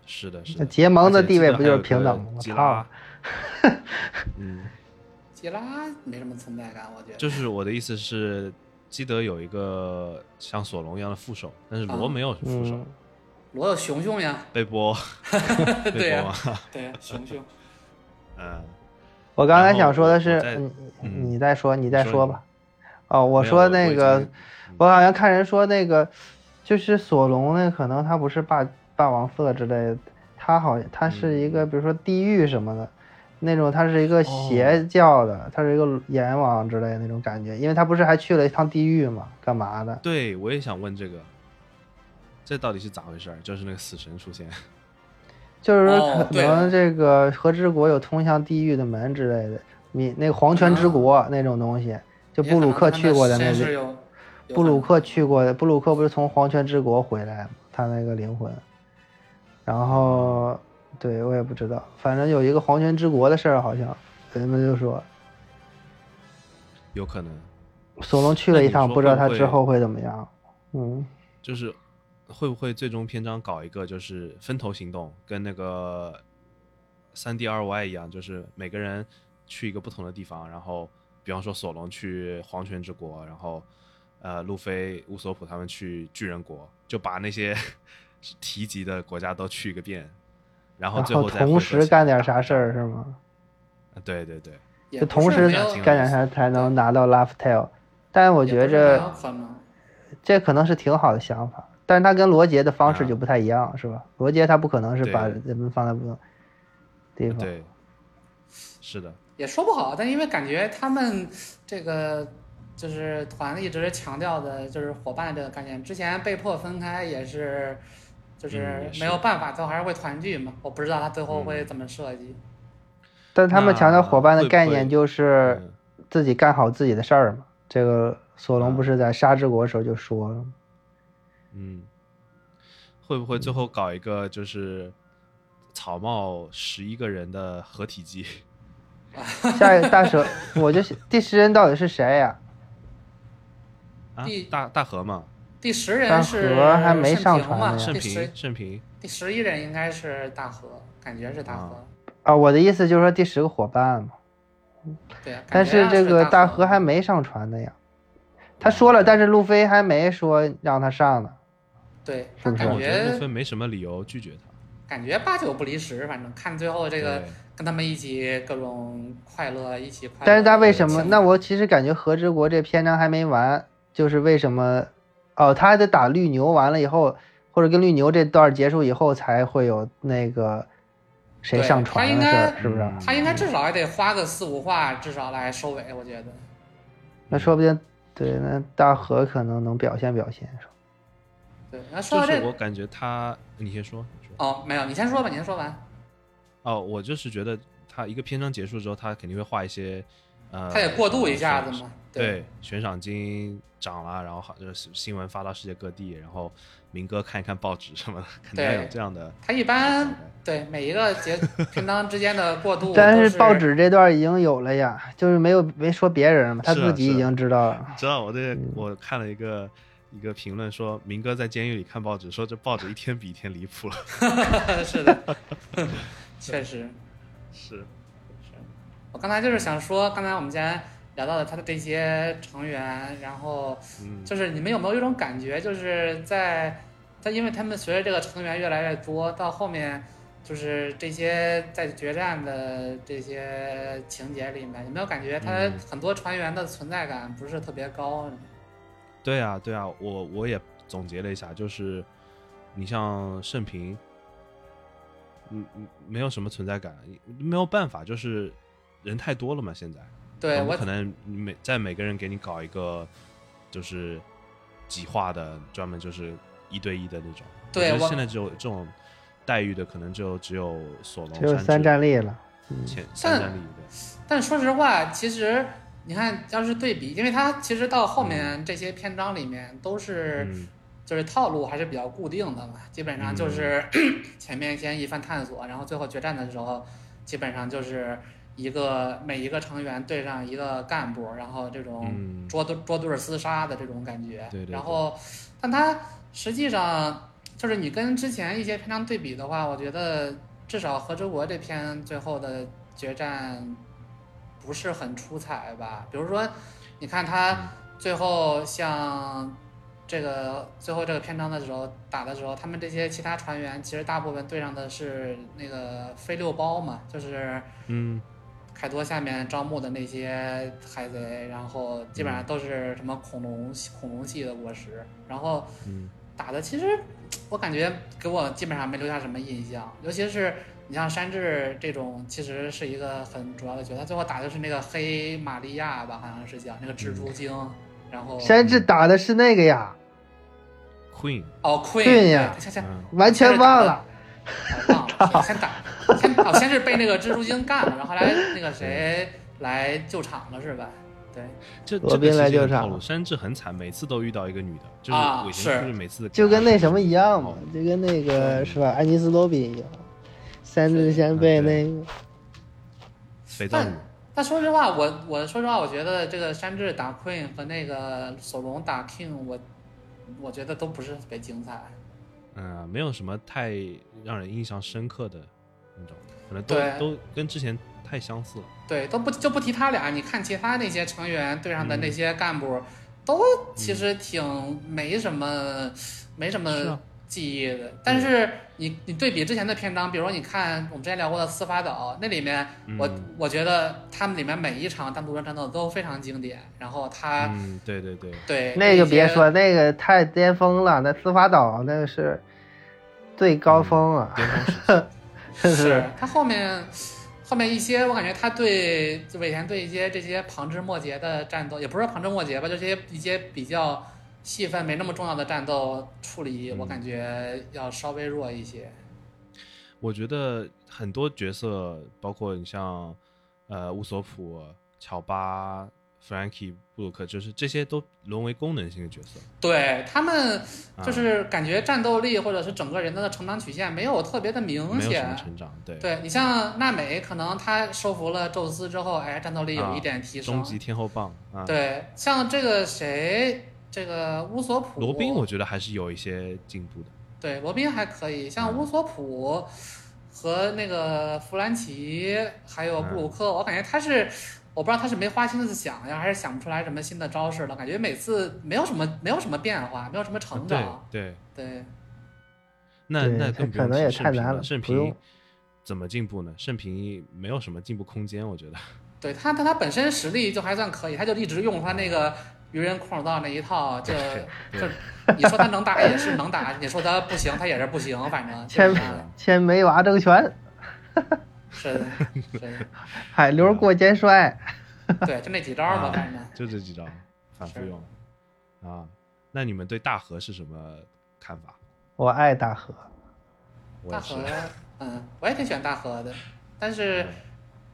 S1: 是的，是
S4: 那
S1: 的。
S4: 结盟的
S1: 而且
S4: 地位
S1: 基德
S4: 不就是
S1: 还有
S4: 平
S1: 个
S4: 等吗？我
S1: 基
S4: 操
S1: 拉，，嗯，
S2: 基拉没什么存在感，我觉得。
S1: 就是我的意思是，基德有一个像索隆一样的副手，但是罗
S2: 啊
S1: 没有副手，
S4: 嗯，
S2: 罗有熊熊呀，
S1: 被 波，
S2: 对啊
S1: 被
S2: 呀、
S1: 波嘛，
S2: 对呀、熊熊。
S1: 嗯，
S4: 我刚才
S1: 然后
S4: 想说的
S1: 我
S4: 是
S1: 再，
S4: 你
S1: 嗯
S4: 你再说，你再
S1: 说
S4: 说
S1: 你
S4: 吧。哦， 我
S1: 没有
S4: 说
S1: 我我
S4: 那
S1: 已
S4: 个
S1: 经，
S4: 我好像看人说那个，就是索隆那可能他不是霸霸王色之类的，他好像他是一
S2: 嗯
S4: 个比如说地狱什么的，那种他是一个
S2: 哦
S4: 邪教的，他是一个阎王之类的那种感觉，因为他不是还去了一趟地狱嘛，干嘛的？
S1: 对我也想问这个，这到底是咋回事儿？就是那个死神出现，
S4: 就是
S2: 哦
S4: 说可
S2: 对
S4: 能这个和之国有通向地狱的门之类的，你那个黄泉之
S2: 啊
S4: 国那种东西， 就布鲁克去过的那
S2: 也可能他们身世。
S4: 里
S2: 有有
S4: 布鲁
S2: 可能
S4: 克去过的，布鲁克不是从黄泉之国回来吗？他那个灵魂，然后对我也不知道，反正有一个黄泉之国的事儿，好像人们就说
S1: 有可能
S4: 索隆去
S1: 那
S4: 了一
S1: 你
S4: 趟，
S1: 说
S4: 不知道
S1: 会不
S4: 他之
S1: 会
S4: 后会怎么样。嗯，
S1: 就是会不会最终篇章搞一个就是分头行动，跟那个三 D 二 Y 一样，就是每个人去一个不同的地方，然后比方说索隆去黄泉之国，然后呃路飞、乌索普他们去巨人国，就把那些 提及的国家都去一个遍，然后
S4: 然
S1: 最后再
S4: 同
S1: 汇合起
S4: 时
S1: 来
S4: 干点
S1: 打
S4: 啥事儿是吗？
S1: 啊对对对，
S2: 也
S4: 就
S2: 不
S4: 同
S2: 是
S4: 时
S2: 没有
S4: 干点啥才能拿到 Laugh Tale，但我
S2: 也
S4: 觉
S2: 不是没
S4: 着
S2: 有可能。
S4: 这可能是挺好的想法，但是他跟罗杰的方式
S1: 啊
S4: 就不太一样，是吧？罗杰他不可能是把
S1: 对
S4: 人们放在不同地方。
S1: 对，是的，
S2: 也说不好，但因为感觉他们这个就是团一直强调的就是伙伴这个概念，之前被迫分开也是，就是
S1: 嗯也是嗯
S2: 没有办法，最后还是会团聚嘛。我不知道他最后会怎么设计。
S4: 但他们强调
S1: 那
S4: 伙伴的
S1: 会不
S4: 概
S1: 会
S4: 念就是
S1: 嗯
S4: 自己干好自己的事儿嘛。这个索隆
S1: 啊
S4: 不是在沙之国的时候就说了吗？
S1: 嗯，会不会最后搞一个就是草帽十一个人的合体机？
S4: 下一个大 蛇，我就想第十人到底是谁呀、
S1: 啊
S2: 第，
S1: 大大河嘛，
S2: 第十人
S4: 但
S2: 是
S4: 和还没上
S2: 盛平嘛，
S4: 传呢呀
S1: 盛
S2: 第十
S1: 平，盛平，
S2: 第十一人应该是大河，感觉是大河。
S4: 啊？我的意思就是说第十个伙伴嘛。
S2: 对，啊
S1: 哎
S2: 感
S4: 但
S2: 觉
S4: 是
S2: 上
S4: 这个
S2: 大
S4: 大河还没上船呢呀。
S1: 嗯
S4: 他说了，但是路飞还没说让他上呢。
S2: 对，
S4: 是不是
S1: 但
S2: 感
S1: 我觉得路
S2: 觉
S1: 飞没什么理由拒绝他。
S2: 感觉八九不离十，反正看最后这个
S1: 对
S2: 跟他们一起各种快乐，一起快乐。
S4: 但是他为什
S2: 一起
S4: 么？
S2: 庆祝
S4: 那我其实感觉和之国这篇章还没完，就是为什么？哦，他还得打绿牛，完了以后，或者跟绿牛这段结束以后，才会有那个谁
S2: 对
S4: 上
S2: 他
S4: 船
S2: 应
S4: 的事儿，
S2: 该
S4: 是不是？
S1: 嗯
S2: 他应该至少也得花个四五话，至少来收尾，我觉得。
S4: 那说不定，对，那大河可能能表现表现。是吧
S2: 对，那说
S1: 就
S2: 到这
S1: 是我感觉他，你先说，你说。
S2: 哦，没有，你先说吧，您说完。
S1: 哦，我就是觉得他一个篇章结束之后，他肯定会画一些，呃，
S2: 他也过渡一下子嘛。对，
S1: 对，悬赏金涨了，然后好就是新闻发到世界各地，然后民哥看一看报纸什么的，肯定要有
S2: 对
S1: 这样的。
S2: 他一般对每一个节 篇章之间的过渡，
S4: 但
S2: 是
S4: 是报纸这段已经有了呀，就是没有没说别人嘛，他
S1: 是啊
S4: 自己
S1: 是
S4: 已
S1: 啊
S4: 经知道了。
S1: 你知道我这
S4: 嗯
S1: 我看了一个一个评论说，明哥在监狱里看报纸，说这报纸一天比一天离谱了。
S2: 是的，确实。
S1: 是，
S2: 我刚才就是想说，刚才我们既然聊到了他的这些成员，然后
S1: 嗯，
S2: 就是你们有没有一种感觉，就是在他因为他们随着这个成员越来越多，到后面就是这些在决战的这些情节里面，有没有感觉他
S1: 嗯
S2: 很多船员的存在感不是特别高？
S1: 对啊，对啊，我我也总结了一下，就是你像盛平，嗯嗯，没有什么存在感，没有办法，就是人太多了嘛，现在
S2: 对
S1: 我
S2: 我
S1: 们可能每在每个人给你搞一个就是几话的，专门就是一对一的那种。
S2: 对
S1: 我觉得
S2: 我
S1: 现在只有这种待遇的，可能就只有索隆、
S4: 只有三战
S1: 战
S4: 力了。
S1: 前三
S2: 但
S1: 战力对。
S2: 但说实话，其实你看，要是对比，因为它其实到后面这些篇章里面都是、
S1: 嗯
S2: 就是套路还是比较固定的嘛，基本上就是、 前面先一番探索，然后最后决战的时候，基本上就是一个每一个成员对上一个干部，然后这种
S1: 嗯
S2: 捉对、捉对儿厮杀的这种感觉。
S1: 对对对
S2: 然后，但它实际上就是你跟之前一些篇章对比的话，我觉得至少《和之国》这篇最后的决战不是很出彩吧？比如说，你看
S1: 嗯
S2: 他最后像这个最后这个篇章的时候打的时候，他们这些其他船员其实大部分对上的是那个飞六包嘛，就是
S1: 嗯，
S2: 凯多下面招募的那些海贼，然后基本上都是什么恐龙恐龙系的果实，然后
S1: 嗯
S2: 打的其实我感觉给我基本上没留下什么印象，尤其是你像山治这种，其实是一个很主要的角色，他最后打的是那个黑玛利亚吧，好像是叫那个蜘蛛精，然后
S4: 山治打的是那个呀，
S1: ，Queen，
S2: 哦 Queen，
S4: 对呀
S2: 对先先
S1: 嗯
S4: 完全忘了。
S2: 啊忘了，先打，先哦，先是被那个蜘蛛精干了，然后后来那个谁来救场了是吧？对，
S1: 这
S4: 罗
S1: 这
S4: 宾
S1: 个
S4: 来
S1: 事情
S4: 救
S1: 的套
S4: 场
S1: 路，山治很惨，每次都遇到一个女的，就是
S2: 啊
S1: 尾田
S2: 是
S1: 就是每次给
S4: 就
S1: 她
S4: 跟那什么
S1: 是
S4: 一样嘛
S1: 哦，
S4: 就跟那个是吧，安妮斯罗宾一样，三只先被那个
S1: 肥皂
S2: 但
S1: 女，
S2: 但说实话，我我说实话，我觉得这个山治打 Queen 和那个索隆打 King，我我觉得都不是特别精彩。
S1: 嗯、没有什么太让人印象深刻的那种，可能都
S2: 对
S1: 都跟之前太相似了。
S2: 对，都不就不提他俩，你看其他那些成员队上的
S1: 嗯
S2: 那些干部，都其实挺没什么，没什
S1: 是啊
S2: 么记忆的。但是你你对比之前的篇章，比如说你看我们之前聊过的司法岛，那里面我、
S1: 嗯
S2: 我觉得他们里面每一场单独人战斗都非常经典。然后他、
S1: 嗯，对对对，
S2: 对
S4: 那个别，
S2: 一
S4: 说，那个太巅峰了，那司法岛那个是最高峰啊，
S1: 巅峰时期
S2: 些
S4: 是
S2: 是他后面。后面一些，我感觉他对就尾田对一些这些旁枝末节的战斗，也不是旁枝末节吧，就这些一些比较戏份没那么重要的战斗处理，
S1: 嗯
S2: 我感觉要稍微弱一些。
S1: 我觉得很多角色，包括你像呃乌索普、乔巴、Frankie、布鲁克，就是这些都沦为功能性的角色。
S2: 对他们
S1: 啊
S2: 就是感觉战斗力或者是整个人的成长曲线没有特别的明
S1: 没有什么
S2: 显。
S1: 成长，对，
S2: 对你像娜美，可能她收服了宙斯之后，哎，战斗力有一点提升。
S1: 终极天后棒啊，
S2: 对，像这个谁，这个乌索普，
S1: 罗宾我觉得还是有一些进步的。
S2: 对罗宾还可以，像
S1: 嗯
S2: 乌索普和那个弗兰奇，还有布鲁克，我感觉他是。我不知道他是没花心思想呀，还是想不出来什么新的招式了。感觉每次没有什么没有什么变化，没有什么成长。
S1: 对对，
S2: 对
S1: 那
S4: 对
S1: 那
S4: 他
S1: 更不
S4: 可
S1: 用
S4: 能
S1: 提
S4: 也
S1: 盛
S4: 太
S1: 平
S4: 难了
S1: 盛
S4: 不用
S1: 平怎么进步呢？盛平没有什么进步空间，我觉得。
S2: 对，他但他本身实力就还算可以，他就一直用他那个愚人空手道那一套，就
S1: 对
S2: 就你说他能打也是能打，你说他不行他也是不行，反正
S4: 千
S2: 就是
S4: 千梅娃争权，
S2: 是的，是的，
S4: 海流过肩摔，
S2: 对，就那几招吧，
S1: 啊
S2: 反正。
S1: 就这几 招，反复
S2: 是
S1: 用啊。那你们对大河是什么看法？
S4: 我爱大河，
S1: 我
S2: 大
S1: 也是
S2: 河，，嗯，我也挺喜欢大河的，但是
S1: 嗯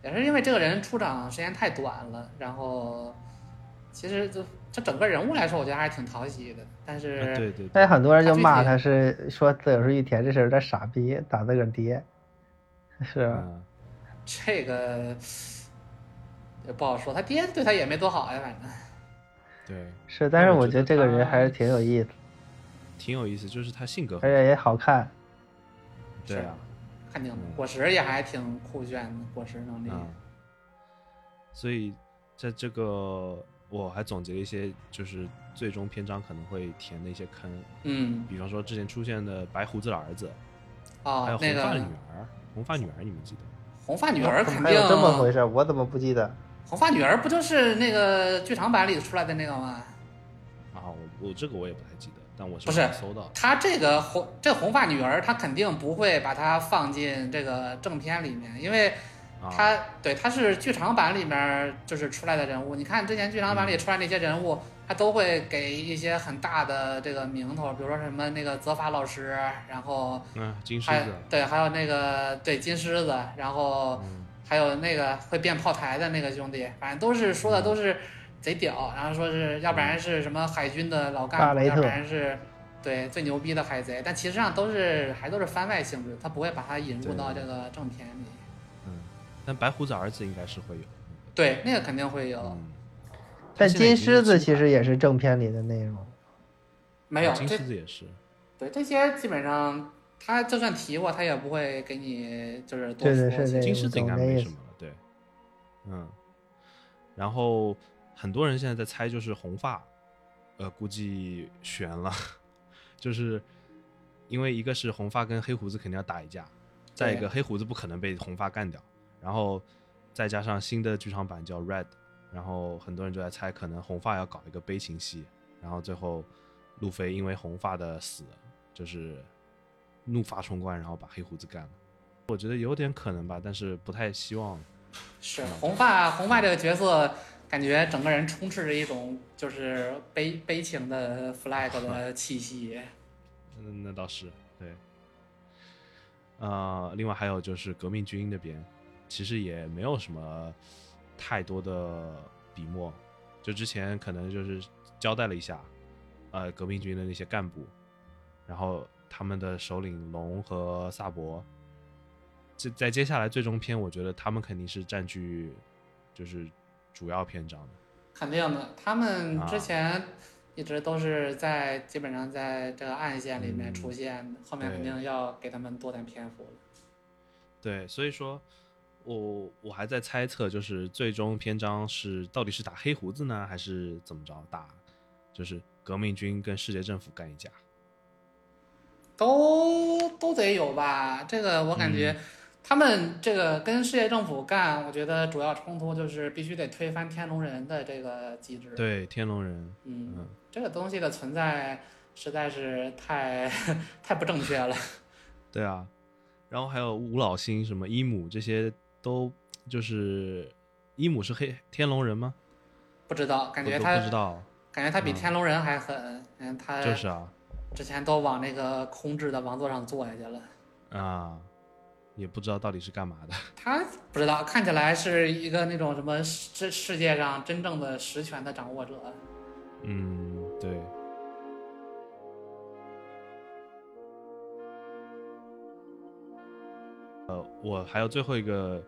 S2: 也是因为这个人出场时间太短了，然后其实就这整个人物来说，我觉得还是挺讨喜的，但是、
S1: 啊 对对
S4: 但
S1: 对
S4: 是，哎很多人就骂他是说自由是玉田这事儿在傻逼，打自个儿爹，是吧？
S1: 嗯，
S2: 这个也不好说，他爹对他也没多好呀，反正。
S1: 对，
S4: 是，但是
S1: 我
S4: 我
S1: 觉
S4: 觉得
S1: 得
S4: 这个人
S1: 他
S4: 还是挺有意思，
S1: 挺有意思，就是他性格
S4: 而
S1: 很，
S4: 且也好看。
S1: 对啊，
S2: 看定了
S1: 嗯
S2: 果实也还挺酷炫的，果实能力。
S1: 嗯，所以在这个我还总结了一些，就是最终篇章可能会填的一些坑，
S2: 嗯，
S1: 比方说之前出现的白胡子的儿子，还有红
S2: 哦，那
S1: 发
S2: 个
S1: 女儿，红发女儿你们记得？
S2: 红发女
S4: 哦
S2: 儿
S4: 怎么
S2: 肯
S4: 还
S2: 定
S4: 有这么回事儿？我怎么不记得？
S2: 红发女儿不就是那个剧场版里出来的那个吗？
S1: 啊，我我这个我也不太记得，但我是
S2: 不是
S1: 网上搜到的。
S2: 他这个红这红发女儿，他肯定不会把它放进这个正片里面，因为
S1: 啊，
S2: 他、对他是剧场版里面就是出来的人物。你看之前剧场版里出来那些人物，他都会给一些很大的这个名头，比如说什么那个泽法老师，然后
S1: 嗯，金狮
S2: 还
S1: 子，
S2: 对，还有那个对金狮子，然后
S1: 嗯
S2: 还有那个会变炮台的那个兄弟，反正都是说的都是贼屌，然后说是要不然是什么海军的老
S5: 大
S2: 干部，
S5: 雷特
S2: 要不然是对最牛逼的海贼，但其实上都是还都是番外性质，他不会把它引入
S1: 对
S2: 到这个正片里。
S1: 嗯，但白胡子儿子应该是会有。
S2: 对，那个肯定会有，
S1: 嗯，
S5: 但
S1: 他现在已
S5: 金
S1: 经
S5: 狮子
S1: 是
S5: 其实也是正片里的内
S1: 啊
S5: 容，
S2: 没有
S1: 金
S2: 这
S1: 狮子也是，
S2: 对这些基本上他就算提过，他也不会给你就是多
S5: 对
S2: 说
S5: 对
S2: 其
S5: 是
S2: 实。
S5: 这
S1: 金
S5: 个
S1: 狮子
S5: 懂
S1: 应该
S5: 这
S1: 没
S5: 意
S1: 什
S5: 思
S1: 么了，对，嗯。然后很多人现在在猜，就是红发，呃，估计悬了， 就是因为一个是红发跟黑胡子肯定要打一架，再一
S2: 对
S1: 个黑胡子不可能被红发干掉，然后再加上新的剧场版叫 Red，然后很多人就在猜，可能红发要搞一个悲情戏，然后最后路飞因为红发的死，就是怒发冲冠，然后把黑胡子干了。我觉得有点可能吧，但是不太希望。
S2: 是红发，红发这个角色，感觉整个人充斥着一种就是悲悲情的 flag 的气息。
S1: 嗯，那倒是对。呃，另外还有就是革命军那边，其实也没有什么太多的笔墨，就之前可能就是交代了一下，呃，革命军的那些干部，然后他们的首领龙和萨博，这在接下来最终篇，我觉得他们肯定是占据就是主要篇章的。
S2: 肯定的，他们
S1: 啊
S2: 之前一直都是在基本上在这个暗线里面
S1: 嗯
S2: 出现的，后面
S1: 对
S2: 肯定要给他们多点篇幅了。
S1: 对，所以说我我还在猜测，就是最终篇章是到底是打黑胡子呢，还是怎么着打，就是革命军跟世界政府干一架。
S2: 都都得有吧？这个我感
S1: 嗯
S2: 觉，他们这个跟世界政府干，我觉得主要冲突就是必须得推翻天龙人的这个机制。
S1: 对，天龙人，
S2: 嗯
S1: 嗯，
S2: 这个东西的存在实在是太 太不正确了。
S1: 对啊，然后还有五老星、什么伊姆这些都就是伊姆是黑天龙人吗？
S2: 不知道，
S1: 我
S2: 感觉
S1: 都
S2: 他
S1: 不知道，
S2: 感觉他比
S1: 嗯
S2: 天龙人还狠。嗯，他
S1: 就是啊
S2: 之前都往那个空置的王座上坐下去了。
S1: 啊，也不知道到底是干嘛的。
S2: 他不知道，看起来是一个那种什么世世界上真正的实权的掌握者。
S1: 嗯，对。呃，我还有最后一个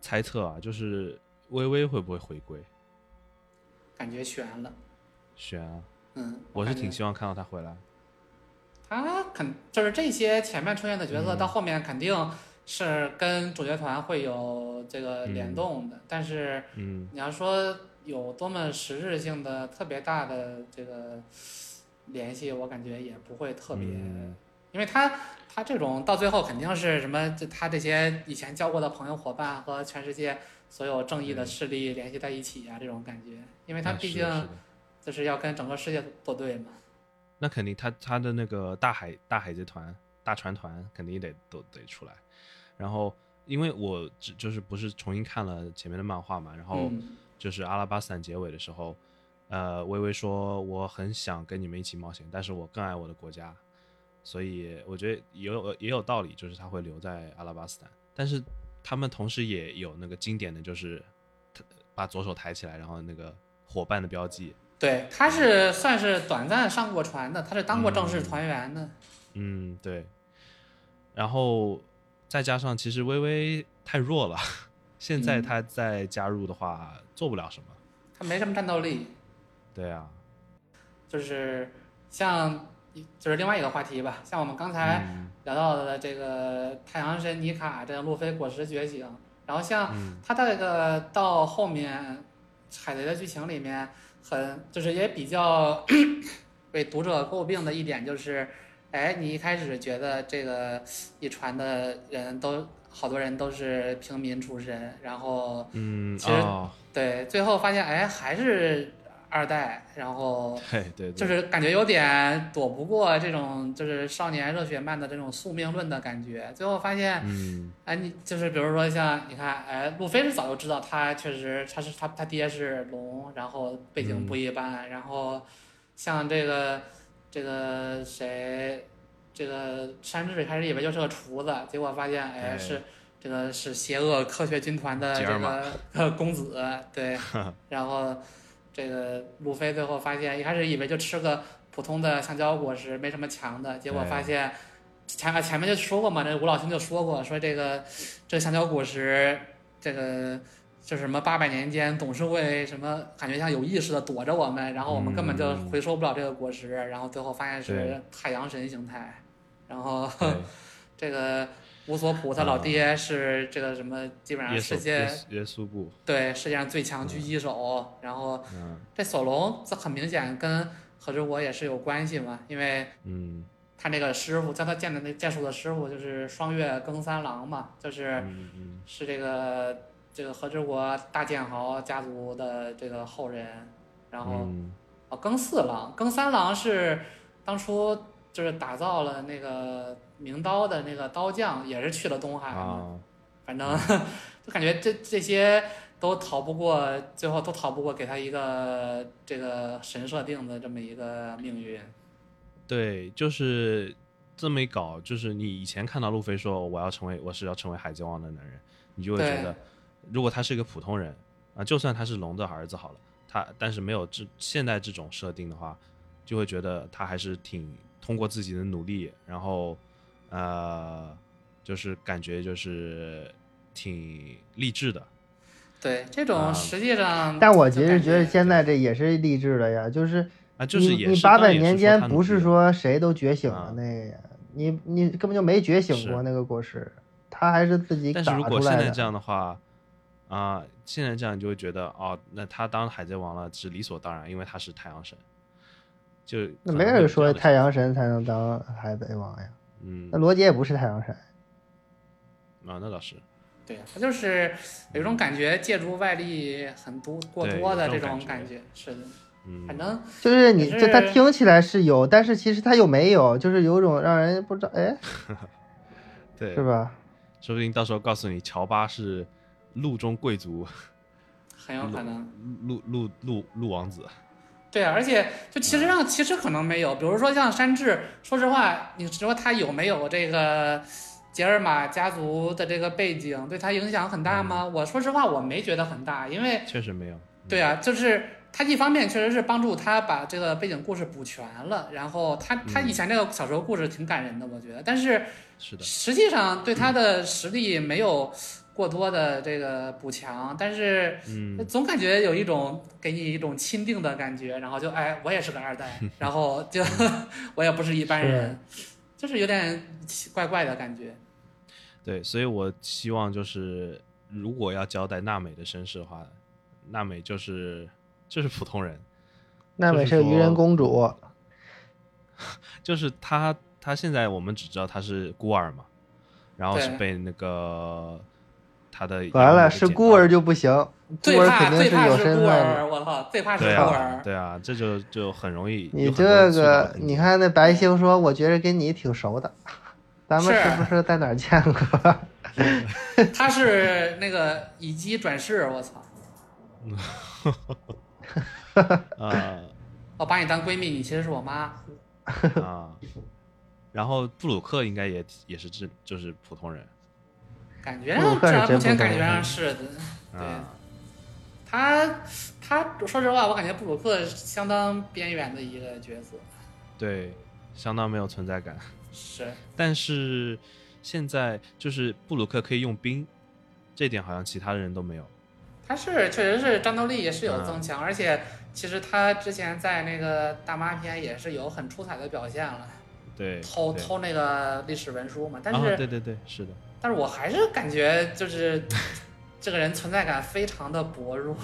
S1: 猜测啊，就是微微会不会回归？
S2: 感觉悬了。
S1: 选啊，
S2: 嗯，
S1: 我是
S2: 感觉
S1: 挺希望看到他回来。
S2: 他肯就是这些前面出现的角色，
S1: 嗯
S2: 到后面肯定是跟主角团会有这个联动的。但是
S1: 嗯，
S2: 你要说有多么实质性的、特别大的这个联系，我感觉也不会特别，
S1: 嗯
S2: 因为他他这种到最后肯定是什么，就他这些以前交过的朋友、伙伴和全世界所有正义的
S1: 嗯
S2: 势力联系在一起啊，这种感觉，因为他
S1: 那
S2: 毕
S1: 是的
S2: 竟
S1: 是的
S2: 就是要跟整个世界作对嘛。
S1: 那肯定他他的那个大海大海贼团大船团肯定得都得出来。然后，因为我只就是不是重新看了前面的漫画嘛，然后
S2: 嗯
S1: 就是阿拉巴斯坦结尾的时候，呃，微微说我很想跟你们一起冒险，但是我更爱我的国家，所以我觉得也有也有道理，就是他会留在阿拉巴斯坦，但是他们同时也有那个经典的就是他把左手抬起来，然后那个伙伴的标记，
S2: 对，他是算是短暂上过船的，他是当过正式船员的。
S1: 嗯，对，然后再加上其实微微太弱了， 现在
S2: 嗯
S1: 他再加入的话做不了什么，
S2: 他没什么战斗力，
S1: 对啊，
S2: 就是像就是另外一个话题吧，像我们刚才
S1: 嗯
S2: 聊到的这个太阳神尼卡，这个路飞果实觉醒，然后像
S1: 嗯
S2: 他这个到后面海贼的剧情里面很，就是也比较 被读者诟病的一点就是。哎，你一开始觉得这个一船的人都好多人都是平民出身，然后
S1: 嗯，
S2: 其实
S1: 哦
S2: 对，最后发现哎，还是二代，然后
S1: 对对对，
S2: 就是感觉有点躲不过这种就是少年热血漫的这种宿命论的感觉。最后发现，
S1: 嗯
S2: 哎，你就是比如说像你看，哎，路飞是早就知道他确实他是他他爹是龙，然后背景
S1: 嗯
S2: 不一般，然后像这个这个谁，这个山治开始以为就是个厨子，结果发现哎
S1: 哎
S2: 是这个是邪恶科学军团的
S1: 吉
S2: 这
S1: 尔玛
S2: 个呃公子，对，然后这个路飞最后发现一开始以为就吃个普通的橡胶果实没什么强的，结果
S1: 哎
S2: 发现。前啊前面就说过嘛，这吴老兄就说过，说这个这个橡胶果实，这个就是什么八百年间总是会什么感觉像有意识的躲着我们，然后我们根本就
S1: 嗯
S2: 回收不了这个果实，然后最后发现是
S1: 对
S2: 太阳神形态，然后
S1: 对 啊
S2: 这个乌索普他老爹是这个什么，基本上
S1: 耶
S2: 世
S1: 稣
S2: 界
S1: 耶稣耶稣布，
S2: 对世界上最强狙击手，然后
S1: 嗯
S2: 这索隆这很明显跟和之国也是有关系嘛，因为。
S1: 嗯
S2: 他那个师傅教他剑的那剑术的师傅就是双月耕三郎嘛，就是
S1: 嗯嗯，
S2: 是这个这个和之国大剑豪家族的这个后人，然后、
S1: 嗯
S2: 哦耕四郎，耕三郎是当初就是打造了那个名刀的那个刀匠，也是去了东海嘛，
S1: 啊，
S2: 反正 就感觉这这些都逃不过，最后都逃不过给他一个这个神设定的这么一个命运。
S1: 对，就是这么一搞，就是你以前看到路飞说我要成为我是要成为海贼王的男人，你就会觉
S2: 对
S1: 得，如果他是一个普通人啊，就算他是龙的儿子好了，他但是没有这现在这种设定的话，就会觉得他还是挺通过自己的努力，然后呃，就是感觉就是挺励志的，
S2: 对，这种
S1: 啊
S2: 实际上，
S5: 但我其实觉得
S2: 现
S5: 现在这也是励志的呀，就是
S1: 啊就是
S5: 你
S1: 也
S5: 你
S1: 是
S5: 八
S1: 当
S5: 百
S1: 然也
S5: 年
S1: 是说
S5: 间
S1: 他努
S5: 不是
S1: 力
S5: 说谁都觉醒了
S1: 啊
S5: 那个，你你根本就没觉醒
S1: 是
S5: 过那个果实，他还是自己打
S1: 但
S5: 出
S1: 是
S5: 来的。
S1: 如果现在这样的话，啊、现在这样你就会觉得，哦，那他当海贼王了是理所当然，因为他是太阳神。就
S5: 那
S1: 可
S5: 没
S1: 能会有
S5: 人
S1: 这
S5: 说
S1: 样的
S5: 太
S1: 想
S5: 阳神才能当海贼王呀，
S1: 法，嗯，
S5: 那罗杰也不是太阳神。
S1: 啊，那倒是，
S2: 对，他就是有一种感觉，借助外力很多过
S1: 对
S2: 多的
S1: 有
S2: 这
S1: 这
S2: 种
S1: 种
S2: 感
S1: 感
S2: 觉，是的，
S1: 嗯，
S2: 反正
S5: 就是你
S2: 可
S5: 这他
S2: 是
S5: 听起来是有，但是其实他又没有，就是有种让人不知道，哎，
S1: 对
S5: 是，吧？
S1: 说不定到时候告诉你，乔巴是陆中贵族，
S2: 很有可能。
S1: 陆陆陆陆王子，
S2: 对啊，而且就其实上其实可能没有，比如说像山治，说实话，你说他有没有这个杰尔玛家族的这个背景，对他影响很大吗？我说实话，我没觉得很大，因为
S1: 确实没有。嗯
S2: 对，啊，就是他一方面确实是帮助他把这个背景故事补全了，然后他他以前这个小时候故事挺感人的，我觉得，但是。
S1: 是的，
S2: 实际上对他的实力没有过多的这个补强，但是
S1: 嗯，
S2: 总感觉有一种给你一种钦定的感觉，然后就哎，我也是个 二代，然后就 我也不是一般人，就是有点奇怪怪的感觉。
S1: 对，所以我希望就是，如果要交代娜美的身世的话，娜美就是就是普通人，
S5: 娜美是
S1: 就
S5: 个
S1: 是
S5: 愚人
S1: 说
S5: 公主，
S1: 就是他，他现在我们只知道他是孤儿嘛，然后
S2: 对
S1: 是被那个他的
S5: 完了是孤儿
S1: 就
S5: 就不行，孤
S2: 最
S5: 儿
S2: 怕
S5: 肯定
S2: 最怕
S5: 有
S2: 是
S5: 身份
S2: 孤
S5: 的。
S2: 儿，我操，最怕是孤
S1: 对
S2: 儿
S1: 啊，。对啊，这就就很容易。
S5: 你
S1: 有
S5: 这
S1: 很多粗暴的
S5: 个，
S1: 动作
S5: 你，看那白星说，我觉得跟你挺熟的，咱们是不是在哪儿见过？
S2: 他是那个以机转世，我 操，
S1: 呃
S2: 我把你当闺蜜，你其实是我妈。
S1: 啊，然后布鲁克应该也也是这就是普通人
S2: 感觉
S5: 布鲁
S2: 上，
S5: 克
S2: 至
S5: 是
S2: 少目
S5: 真
S2: 前
S5: 不
S2: 感
S5: 懂
S2: 觉上
S5: 嗯
S2: 是的。对
S1: 啊，
S2: 他他说实话，我感觉布鲁克相当边缘的一个角色，
S1: 对，相当没有存在感。
S2: 是
S1: 但是现在就是布鲁克可以用冰，这点好像其他的人都没有。
S2: 他是确实是战斗力也是有
S5: 嗯
S2: 增强，而且其实他之前在那个大妈篇也是有很出彩的表现了，
S1: 对，
S2: 偷
S1: 对
S2: 偷那个历史文书嘛，但
S1: 啊，
S2: 是、
S1: 对对对，是的。
S2: 但是我还是感觉就是 这个人存在感非常的薄弱，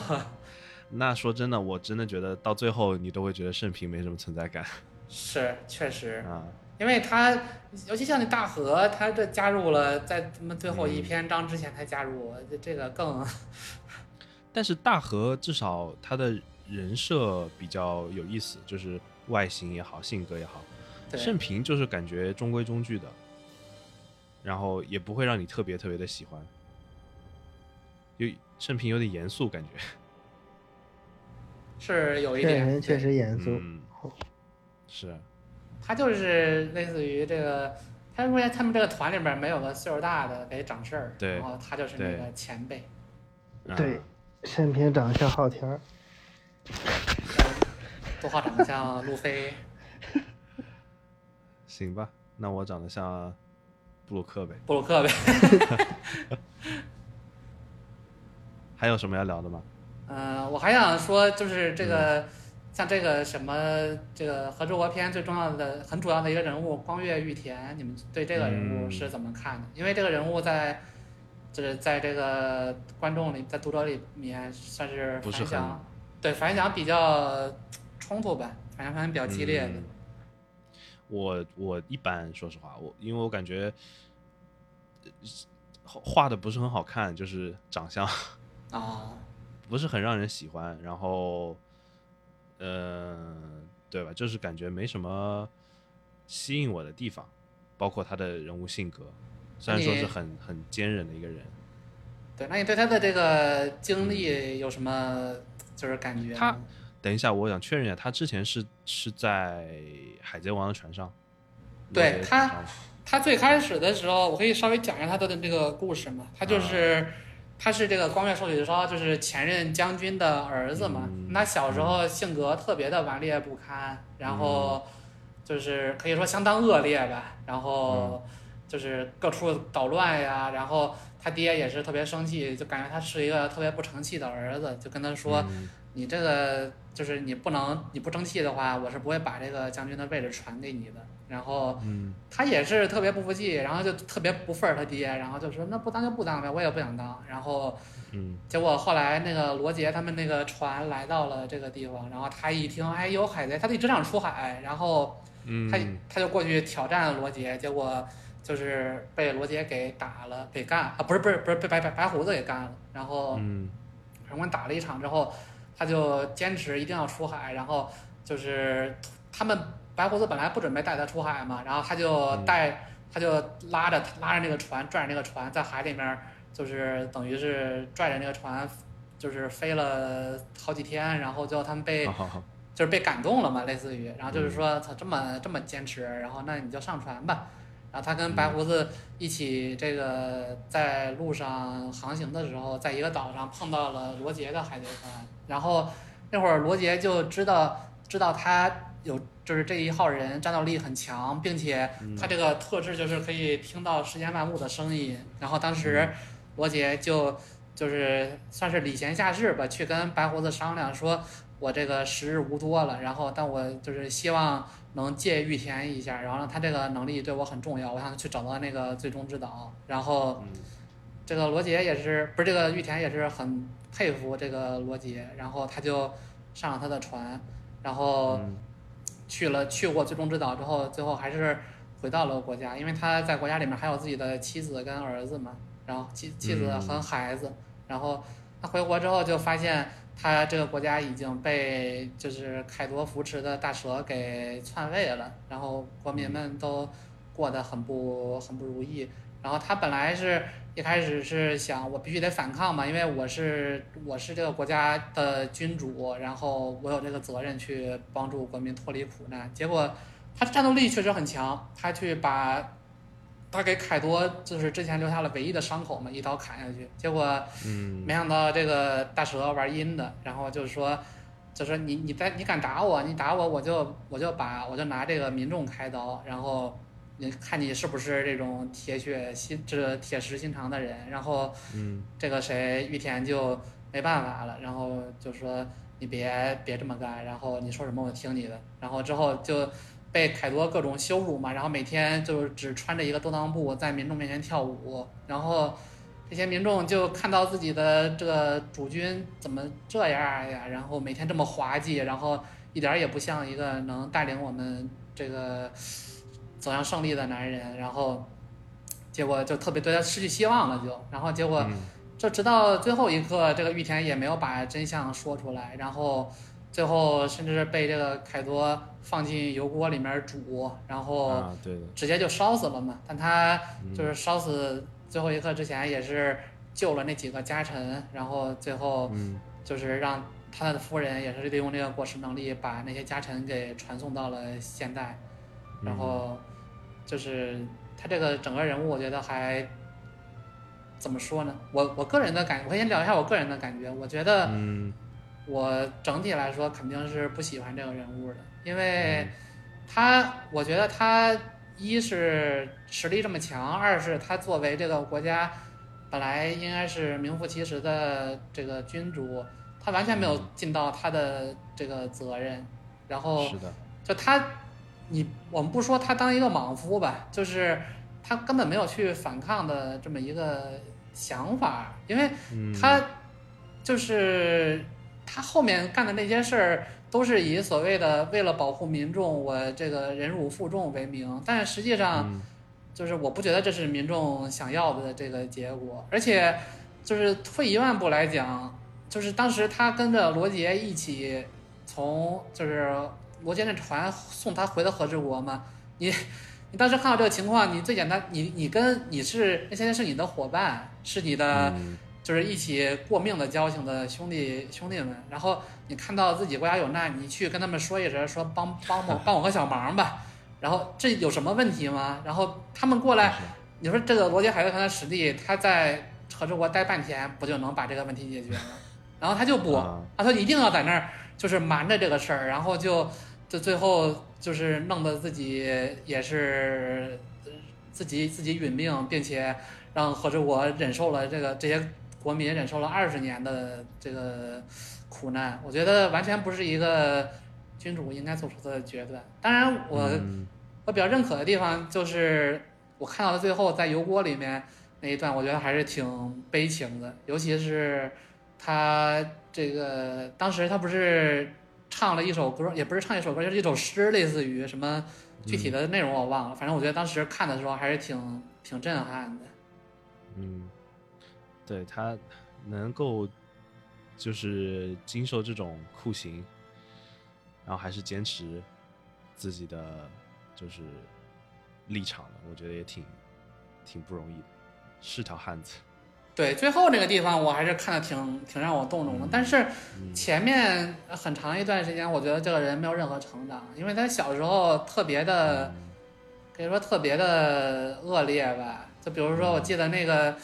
S1: 那说真的，我真的觉得到最后你都会觉得盛平没什么存在感
S2: 是确实，
S1: 啊。
S2: 因为他，尤其像那大河，他这加入了，在他们最后一篇章之前才加入，这这个更
S1: 但是大河至少他的人设比较有意思，就是外形也好，性格也好。
S2: 对
S1: 盛平就是感觉中规中矩的，然后也不会让你特别特别的喜欢。有盛平有点严肃感觉，
S2: 是有一
S5: 这人
S2: 点，
S5: 确实严肃。
S1: 嗯，是，
S2: 他就是类似于这个，他因为他们这个团里边没有个岁数大的给掌事儿，
S1: 对
S2: 然后他就是那
S1: 对
S2: 个前辈，
S1: 嗯
S5: 对，沈平长相好听儿，
S2: 多好长得像路飞，
S1: 行吧，那我长得像布鲁克呗。
S2: 布鲁克呗。
S1: 还有什么要聊的吗？
S2: 嗯，我还想说，就是这个，像这个什么，这个合之国篇最重要的、很主要的一个人物光月玉田，你们对这个人物
S1: 嗯
S2: 是怎么看的？因为这个人物在，就是在这个观众里，在读者里面算是
S1: 不是
S2: 反
S1: 很
S2: 响，对反响比较冲突吧，反响反响比较激烈的
S1: 嗯。我我一般说实话，我因为我感觉呃画的不是很好看，就是长相 嗯
S2: 啊，
S1: 不是很让人喜欢，然后，呃，对吧？就是感觉没什么吸引我的地方，包括他的人物性格，虽然说
S2: 那
S1: 是
S2: 你
S1: 很很坚韧的一个人，
S2: 对，那你对他的这个经历有什么就是感觉呢？
S1: 他等一下，我想确认一下，他之前是是在《海贼王》的船上，
S2: 对
S1: 罗杰的船
S2: 他
S1: 上吗
S2: 他最开始的时候，我可以稍微讲一下他的这个故事嘛。他就是，他是这个光月寿喜烧，就是前任将军的儿子嘛。
S1: 嗯
S2: 那小时候性格特别的顽劣不堪，然
S1: 嗯
S2: 后就是可以说相当恶劣吧。然
S1: 嗯
S2: 后就是各处捣乱呀，然后他爹也是特别生气，就感觉他是一个特别不成器的儿子，就跟他说：“
S1: 嗯
S2: 你这个就是你不能，你不争气的话，我是不会把这个将军的位置传给你的。”然后。
S1: 嗯
S2: 他也是特别不服气，然后就特别不忿儿他爹，然后就说那不当就不当呗，我也不想当。然后
S1: 嗯
S2: 结果后来那个罗杰他们那个船来到了这个地方，然后他一听哎有海贼，他就只想出海，然后
S1: 嗯，
S2: 他他就过去挑战罗杰，结果就是被罗杰给打了，给干啊不是不是不是被白白白胡子给干了，然后
S1: 嗯
S2: 反正打了一场之后，他就坚持一定要出海，然后就是他们白胡子本来不准备带他出海嘛，然后他就带、他就拉着拉着那个船，拽着那个船在海里面，就是等于是拽着那个船，就是飞了好几天，然后最后他们被、
S1: 好好好，
S2: 就是被感动了嘛，类似于，然后就是说他这么这么坚持，然后那你就上船吧。然后他跟白胡子一起这个在路上航行的时候，在一个岛上碰到了罗杰的海贼船，然后那会儿罗杰就知道知道他有就是这一号人战斗力很强，并且他这个特质就是可以听到世间万物的声音。然后当时罗杰就就是算是礼贤下士吧，去跟白胡子商量说，我这个时日无多了，然后但我就是希望能借玉田一下，然后让他这个能力对我很重要，我想去找到那个最终之岛。然后
S1: 嗯
S2: 这个罗杰也是，不是这个玉田也是很佩服这个罗杰，然后他就上了他的船，然后
S1: 嗯
S2: 去了去过最终之岛之后，最后还是回到了国家，因为他在国家里面还有自己的妻子跟儿子嘛，然后妻妻子和孩子，然后他回国之后就发现他这个国家已经被就是凯多扶持的大蛇给篡位了，然后国民们都过得很不很不如意，然后他本来是一开始是想我必须得反抗嘛，因为我是我是这个国家的君主，然后我有这个责任去帮助国民脱离苦难。结果他战斗力确实很强，他去把他给凯多就是之前留下了唯一的伤口嘛，一刀砍下去。结果
S1: 嗯
S2: 没想到这个大蛇玩阴的，然后就是说。就说你你在你敢打我，你打我我就我就把我就拿这个民众开刀，然后你看你是不是这种铁血心这铁石心肠的人，然后
S1: 嗯
S2: 这个谁玉田就没办法了，然后就说你别别这么干，然后你说什么我听你的，然后之后就被凯多各种羞辱嘛，然后每天就只穿着一个兜裆布在民众面前跳舞，然后这些民众就看到自己的这个主君怎么这样呀，然后每天这么滑稽，然后一点儿也不像一个能带领我们这个走向胜利的男人，然后结果就特别对他失去希望了就，然后结果。
S1: 嗯
S2: 这直到最后一刻，这个玉田也没有把真相说出来，然后最后甚至是被这个凯多放进油锅里面煮，然后
S1: 啊，对的，
S2: 直接就烧死了嘛。但他
S1: 嗯
S2: 就是烧死最后一刻之前，也是救了那几个家臣，然后最后
S1: 嗯
S2: 就是让他的夫人也是利用这个果实能力，把那些家臣给传送到了现代。
S1: 嗯
S2: 然后就是他这个整个人物，我觉得还怎么说呢？我我个人的感，我先聊一下我个人的感觉。我觉得
S1: 嗯
S2: 我整体来说肯定是不喜欢这个人物的，因为
S1: 嗯
S2: 他，我觉得他一是实力这么强，二是他作为这个国家本来应该是名副其实的这个君主，他完全没有
S1: 嗯
S2: 尽到他的这个责任，然后。
S1: 是的，
S2: 就他，你我们不说他当一个莽夫吧，就是他根本没有去反抗的这么一个想法，因为
S1: 嗯
S2: 他就是他后面干的那些事儿，都是以所谓的为了保护民众，我这个忍辱负重为名，但实际上。
S1: 嗯
S2: 就是我不觉得这是民众想要的这个结果，而且就是退一万步来讲，就是当时他跟着罗杰一起从就是罗杰那船送他回到和之国嘛，你你当时看到这个情况，你最简单，你你跟你是那些是你的伙伴，是你的
S1: 嗯
S2: 就是一起过命的交情的兄弟兄弟们，然后你看到自己国家有难，你去跟他们说一声，说帮帮我帮我个小忙吧，然后这有什么问题吗？然后他们过来，你说这个罗杰海贼团的实力，他在合之国待半天，不就能把这个问题解决吗？然后他就不，
S1: 啊
S2: 他说一定要在那儿就是瞒着这个事儿，然后就就最后就是弄得自己也是呃自己自己殒命，并且让何之国忍受了这个这些国民忍受了二十年的这个苦难，我觉得完全不是一个君主应该做出的决断。当然我，
S1: 嗯
S2: 我比较认可的地方就是我看到的最后在油锅里面那一段，我觉得还是挺悲情的，尤其是他这个当时他不是唱了一首歌，也不是唱一首歌，就是一首诗，类似于什么具体的内容我忘了，反正我觉得当时看的时候还是挺挺震撼的。
S1: 嗯，对他能够就是经受这种酷刑，然后还是坚持自己的就是立场的，我觉得也挺挺不容易的，是条汉子。
S2: 对，最后那个地方我还是看的挺挺让我动容的，但是
S1: 嗯
S2: 前面很长一段时间，我觉得这个人没有任何成长，因为他小时候特别的。
S1: 呃
S2: 可以说特别的恶劣吧。就比如说，我记得那个、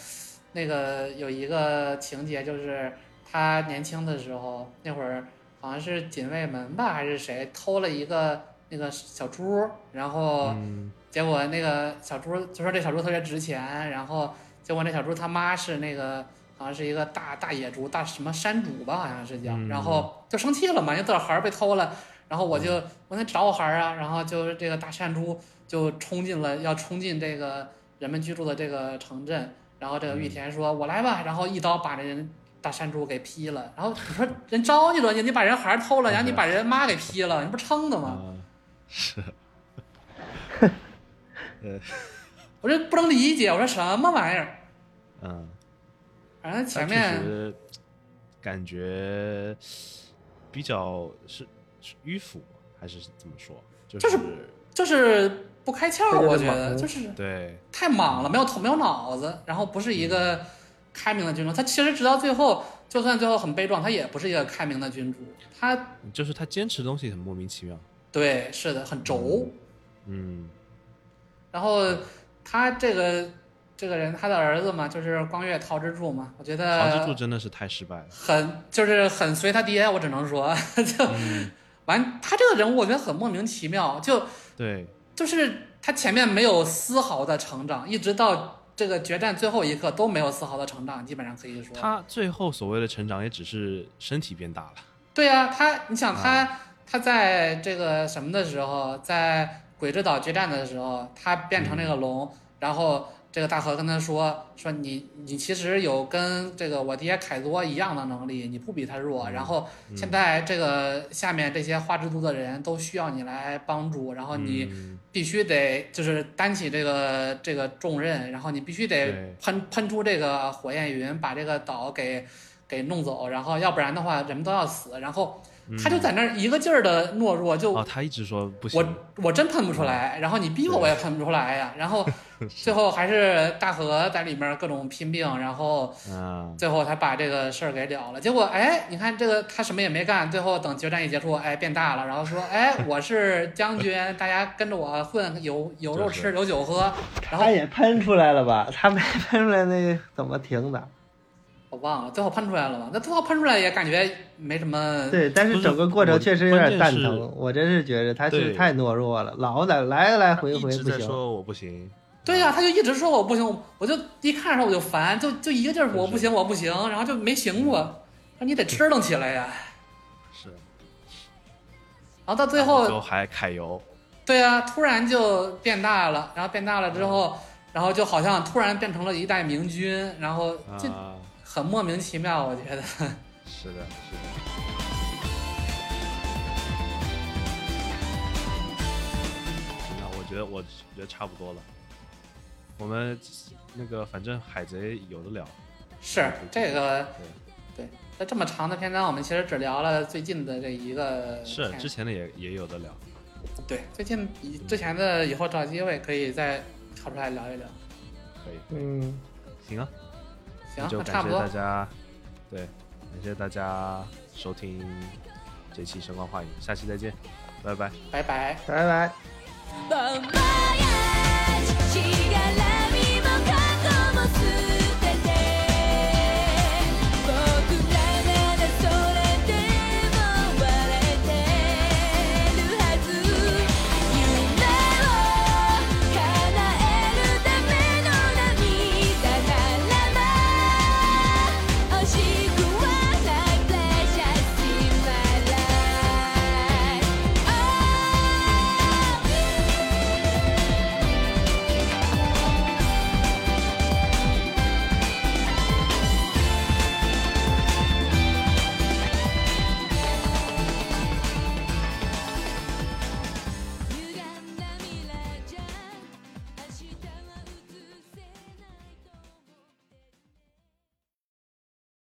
S2: 那个有一个情节，就是他年轻的时候，那会儿好像是警卫门吧，还是谁偷了一个那个小猪，然后
S1: 嗯
S2: 结果那个小猪就说这小猪特别值钱，然后结果那小猪他妈是那个好像是一个大大野猪，大什么山猪吧，好像是叫，
S1: 嗯
S2: 然后就生气了嘛，因为自个儿孩儿被偷了，然后我就
S1: 嗯
S2: 我得找我孩儿啊，然后就是这个大山猪就冲进了要冲进这个人们居住的这个城镇，然后这
S1: 嗯
S2: 个玉田说：“我来吧。”然后一刀把这人大山猪给劈了，然后你说人招你了，你你把人孩儿偷了，然后你
S1: 嗯
S2: 把人妈给劈了，你不撑的吗？
S1: 啊是，
S2: 我这不能理解，我说什么玩意儿？
S1: 嗯，
S2: 反正
S1: 但
S2: 前
S1: 啊确
S2: 面
S1: 实感觉比较是是迂腐，还是怎么说？就
S2: 就是
S1: 是
S2: 就是不开窍，
S4: 就是
S2: 我觉
S4: 莽
S2: 得
S4: 夫
S1: 嗯
S2: 就是
S1: 对，
S2: 太莽了，没有头没有脑子，然后不是一个
S1: 嗯
S2: 开明的君主。他其实直到最后，就算最后很悲壮，他也不是一个开明的君主。他
S1: 就是他坚持的东西很莫名其妙。
S2: 对是的，很轴。
S1: 嗯
S2: 然后他这个这个人，他的儿子嘛，就是光月桃之助嘛，我觉，
S1: 曹之助
S2: 得
S1: 真的是太失败了。
S2: 很就是很随他爹，我只能说 就
S1: 嗯
S2: 完。他这个人物我觉得很莫名其妙，就
S1: 对，
S2: 就是他前面没有丝毫的成长，一直到这个决战最后一刻都没有丝毫的成长，基本上可以说。
S1: 他最后所谓的成长，也只是身体变大了。
S2: 对啊，他你想他、他在这个什么的时候，在鬼之岛决战的时候，他变成那个龙，然后这个大河跟他说说你你其实有跟这个我爹凯多一样的能力，你不比他弱。然后现在这个下面这些花之都的人都需要你来帮助，然后你。
S1: 嗯
S2: 必须得就是担起这个这个重任，然后你必须得
S1: 对
S2: 喷喷出这个火焰云，把这个岛给给弄走，然后要不然的话人们都要死。然后他就在那儿一个劲儿的懦弱，就
S1: 哦，他一直说不行
S2: 我，我真喷不出来，然后你逼我我也喷不出来呀、然后最后还是大河在里面各种拼命，然后
S1: 嗯，
S2: 最后才把这个事儿给了了。结果哎，你看这个他什么也没干，最后等决战一结束，哎变大了，然后说哎我是将军，大家跟着我混，有有肉
S1: 就是
S2: 吃有酒喝，然后
S5: 他也喷出来了吧？他没喷出来，那怎么停的？
S2: 我忘了最后喷出来了嘛，那最后喷出来也感觉没什么。
S5: 对，但
S1: 不
S5: 是
S1: 是
S5: 整个过程确实有点蛋
S1: 关键
S5: 疼
S1: 是，
S5: 我真是觉得他
S1: 对
S5: 是太懦弱了，老在来来回
S1: 一
S5: 回
S1: 直
S5: 不
S1: 在
S5: 行。
S1: 说我不行，
S2: 对呀、他就一直说我不行，我就一看上我就烦，就就一个劲儿我不行我不行，然后就没行过，那你得支棱起来呀。
S1: 是，
S2: 然后到最
S1: 然
S2: 后
S1: 最后还揩油，
S2: 对啊，突然就变大了，然后变大了之
S1: 嗯
S2: 后，然后就好像突然变成了一代明君，然后就
S1: 啊，
S2: 很莫名其妙，我觉得。
S1: 是的，是的。那我觉得，我觉得差不多了。我们那个，反正海贼有的聊，
S2: 是
S1: 嗯
S2: 这个
S1: 对，
S2: 对，在这么长的篇章，我们其实只聊了最近的这一个
S1: 是
S2: 片
S1: 之前的也也有的聊。
S2: 对最近以之前的以后找机会可以再抽出来聊一聊。
S1: 可以，可以，
S5: 嗯，
S1: 行啊，
S2: 行，
S1: 就
S2: 那差
S1: 感
S2: 不
S1: 谢
S2: 多
S1: 大，家，对，感谢大家收听这期《声光话影》，下期再见，拜拜。
S2: 拜拜。
S5: 拜拜。
S6: 「ぼんぼやち」